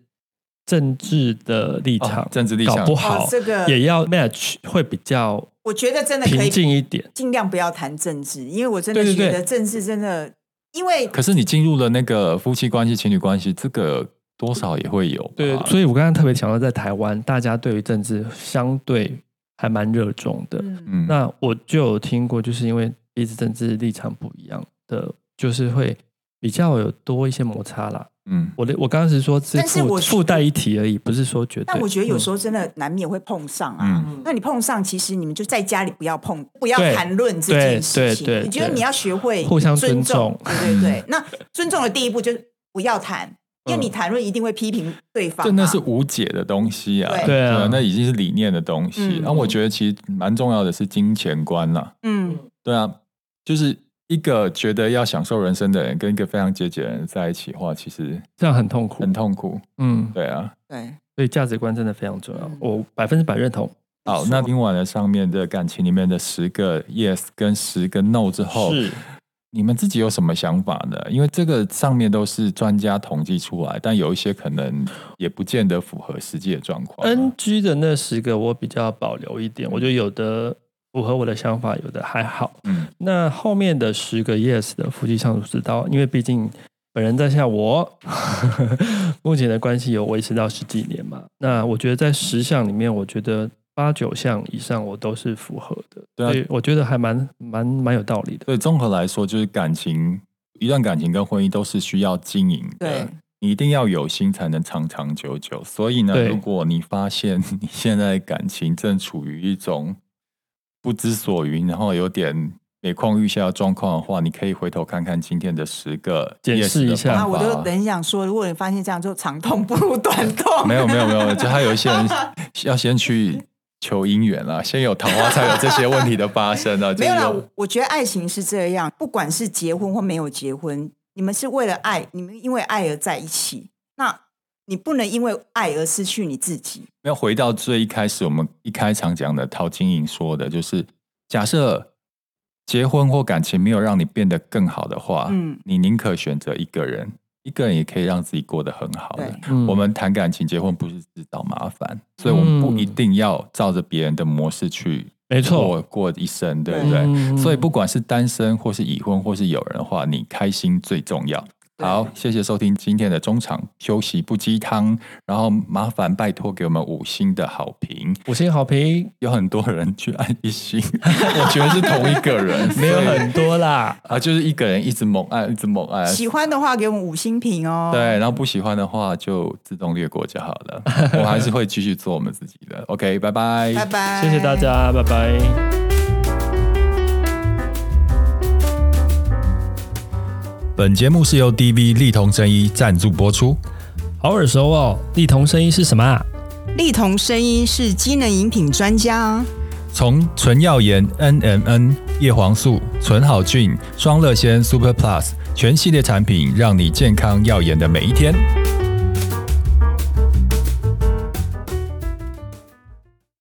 Speaker 2: 政治的立场，
Speaker 1: 哦政治立场
Speaker 2: 搞不好
Speaker 3: 哦这个
Speaker 2: 也要 match，会比较
Speaker 3: 我觉得真的可
Speaker 2: 平
Speaker 3: 以
Speaker 2: 静一点。
Speaker 3: 尽量不要谈政治，因为我真的
Speaker 2: 对对
Speaker 3: 觉
Speaker 2: 对
Speaker 3: 得政治真的，因为
Speaker 1: 可是你进入了那个夫妻关系、情侣关系，这个多少也会有吧，
Speaker 2: 所以我刚刚特别强调，在台湾，大家对于政治相对还蛮热衷的。
Speaker 3: 嗯
Speaker 1: 嗯，
Speaker 2: 那我就有听过，就是因为彼此政治立场不一样的，就是会比较有多一些摩擦啦。
Speaker 1: 嗯，
Speaker 2: 我的我刚刚是说是
Speaker 3: 但是
Speaker 2: 附
Speaker 3: 我
Speaker 2: 附带一提而已，不是说绝对。嗯
Speaker 3: 但我觉得有时
Speaker 2: 候，
Speaker 3: 候真的难免会碰上啊。
Speaker 1: 嗯
Speaker 3: 那你碰上，其实你们就在家里不要碰，不要
Speaker 2: 对
Speaker 3: 谈论这件事情。
Speaker 2: 对对对
Speaker 3: 我觉得
Speaker 2: 对
Speaker 3: 你要学会
Speaker 2: 互相尊
Speaker 3: 尊
Speaker 2: 重
Speaker 3: 对对对。那尊重的第一步就是不要谈，因为你谈论一定会批评对方嘛。
Speaker 1: 这那是无解的东西啊，
Speaker 3: 对
Speaker 2: 对啊
Speaker 1: 那已经是理念的东西。
Speaker 3: 嗯
Speaker 1: 那、我觉得其实蛮重要的是金钱观啦、
Speaker 3: 嗯，
Speaker 1: 对啊，就是一个觉得要享受人生的人，跟一个非常节俭的人在一起的话，其实
Speaker 2: 这样很痛苦
Speaker 1: 很。痛苦。
Speaker 2: 嗯，
Speaker 1: 对啊，
Speaker 3: 对，
Speaker 2: 所以价值观真的非常重要
Speaker 3: 嗯，
Speaker 2: 我百分之百认同。
Speaker 1: 好，那听完了上面的感情里面的十个 yes 跟十个 no 之后，
Speaker 2: 是
Speaker 1: 你们自己有什么想法呢？因为这个上面都是专家统计出来，但有一些可能也不见得符合实际的状况。啊
Speaker 2: NG 的那十个，我比较保留一点，我觉得有的符合我的想法，有的还好。
Speaker 1: 嗯
Speaker 2: 那后面的十个 yes 的夫妻相处之道，因为毕竟本人在下我， 目前的关系有维持到十几年嘛？那我觉得在十项里面，我觉得八九项以上我都是符合的，
Speaker 1: 对啊
Speaker 2: 所以我觉得还蛮蛮蛮有道理的。
Speaker 1: 所以综合来说，就是感情，一段感情跟婚姻都是需要经营的。
Speaker 3: 对，
Speaker 1: 你一定要有心才能长长久久。所以呢，
Speaker 2: 对
Speaker 1: 如果你发现你现在感情正处于一种不知所云，然后有点每况愈下的状况的话，你可以回头看看今天的十个
Speaker 2: 检视一下
Speaker 1: 夜市的
Speaker 3: 啊，
Speaker 1: 方
Speaker 3: 我
Speaker 1: 法
Speaker 3: 就很想说，如果你发现这样，就长痛不如短痛。
Speaker 1: 没有没有没有，就还有一些人要先去求姻缘啦，先有桃花才有这些问题的发生啊。就
Speaker 3: 没
Speaker 1: 是
Speaker 3: 有啦，我我觉得爱情是这样，不管是结婚或没有结婚，你们是为了爱，你们因为爱而在一起，那你不能因为爱而失去你自己。
Speaker 1: 要回到最一开始，我们一开场讲的陶晶莹说的，就是假设结婚或感情没有让你变得更好的话，
Speaker 3: 嗯
Speaker 1: 你宁可选择一个人，一个人也可以让自己过得很好的
Speaker 3: 对。
Speaker 2: 嗯
Speaker 1: 我们谈感情、结婚不是自找麻烦，所以我们不一定要照着别人的模式去
Speaker 2: 没错，
Speaker 1: 过过一生，对不对？
Speaker 2: 嗯
Speaker 1: 所以不管是单身或是已婚或是有人的话，你开心最重要。
Speaker 3: 对
Speaker 1: 好，谢谢收听今天的中场休息不鸡汤，然后麻烦拜托给我们五星的好评。
Speaker 2: 五星好评
Speaker 1: 有很多人去按一 星，我觉得是同一个人，
Speaker 2: 没有
Speaker 1: 所以
Speaker 2: 很多啦，
Speaker 1: 啊，就是一个人一直猛按，一直猛按。
Speaker 3: 喜欢的话，给我们五星评哦。
Speaker 1: 对，，然后不喜欢的话就自动略过就好 了。我还是会继续做我们自己的。OK，拜拜，
Speaker 3: 拜拜，
Speaker 2: 谢谢大。家，拜拜。
Speaker 1: 本节目是由 DV 力同真一赞助播出。
Speaker 2: 好耳熟哦，力同声音是什么啊？
Speaker 3: 力同声音是机能饮品专家啊。
Speaker 1: 从纯耀颜 NMN、叶黄素、纯好菌、双乐仙 Super Plus 全系列产品，让你健康耀眼的每一天。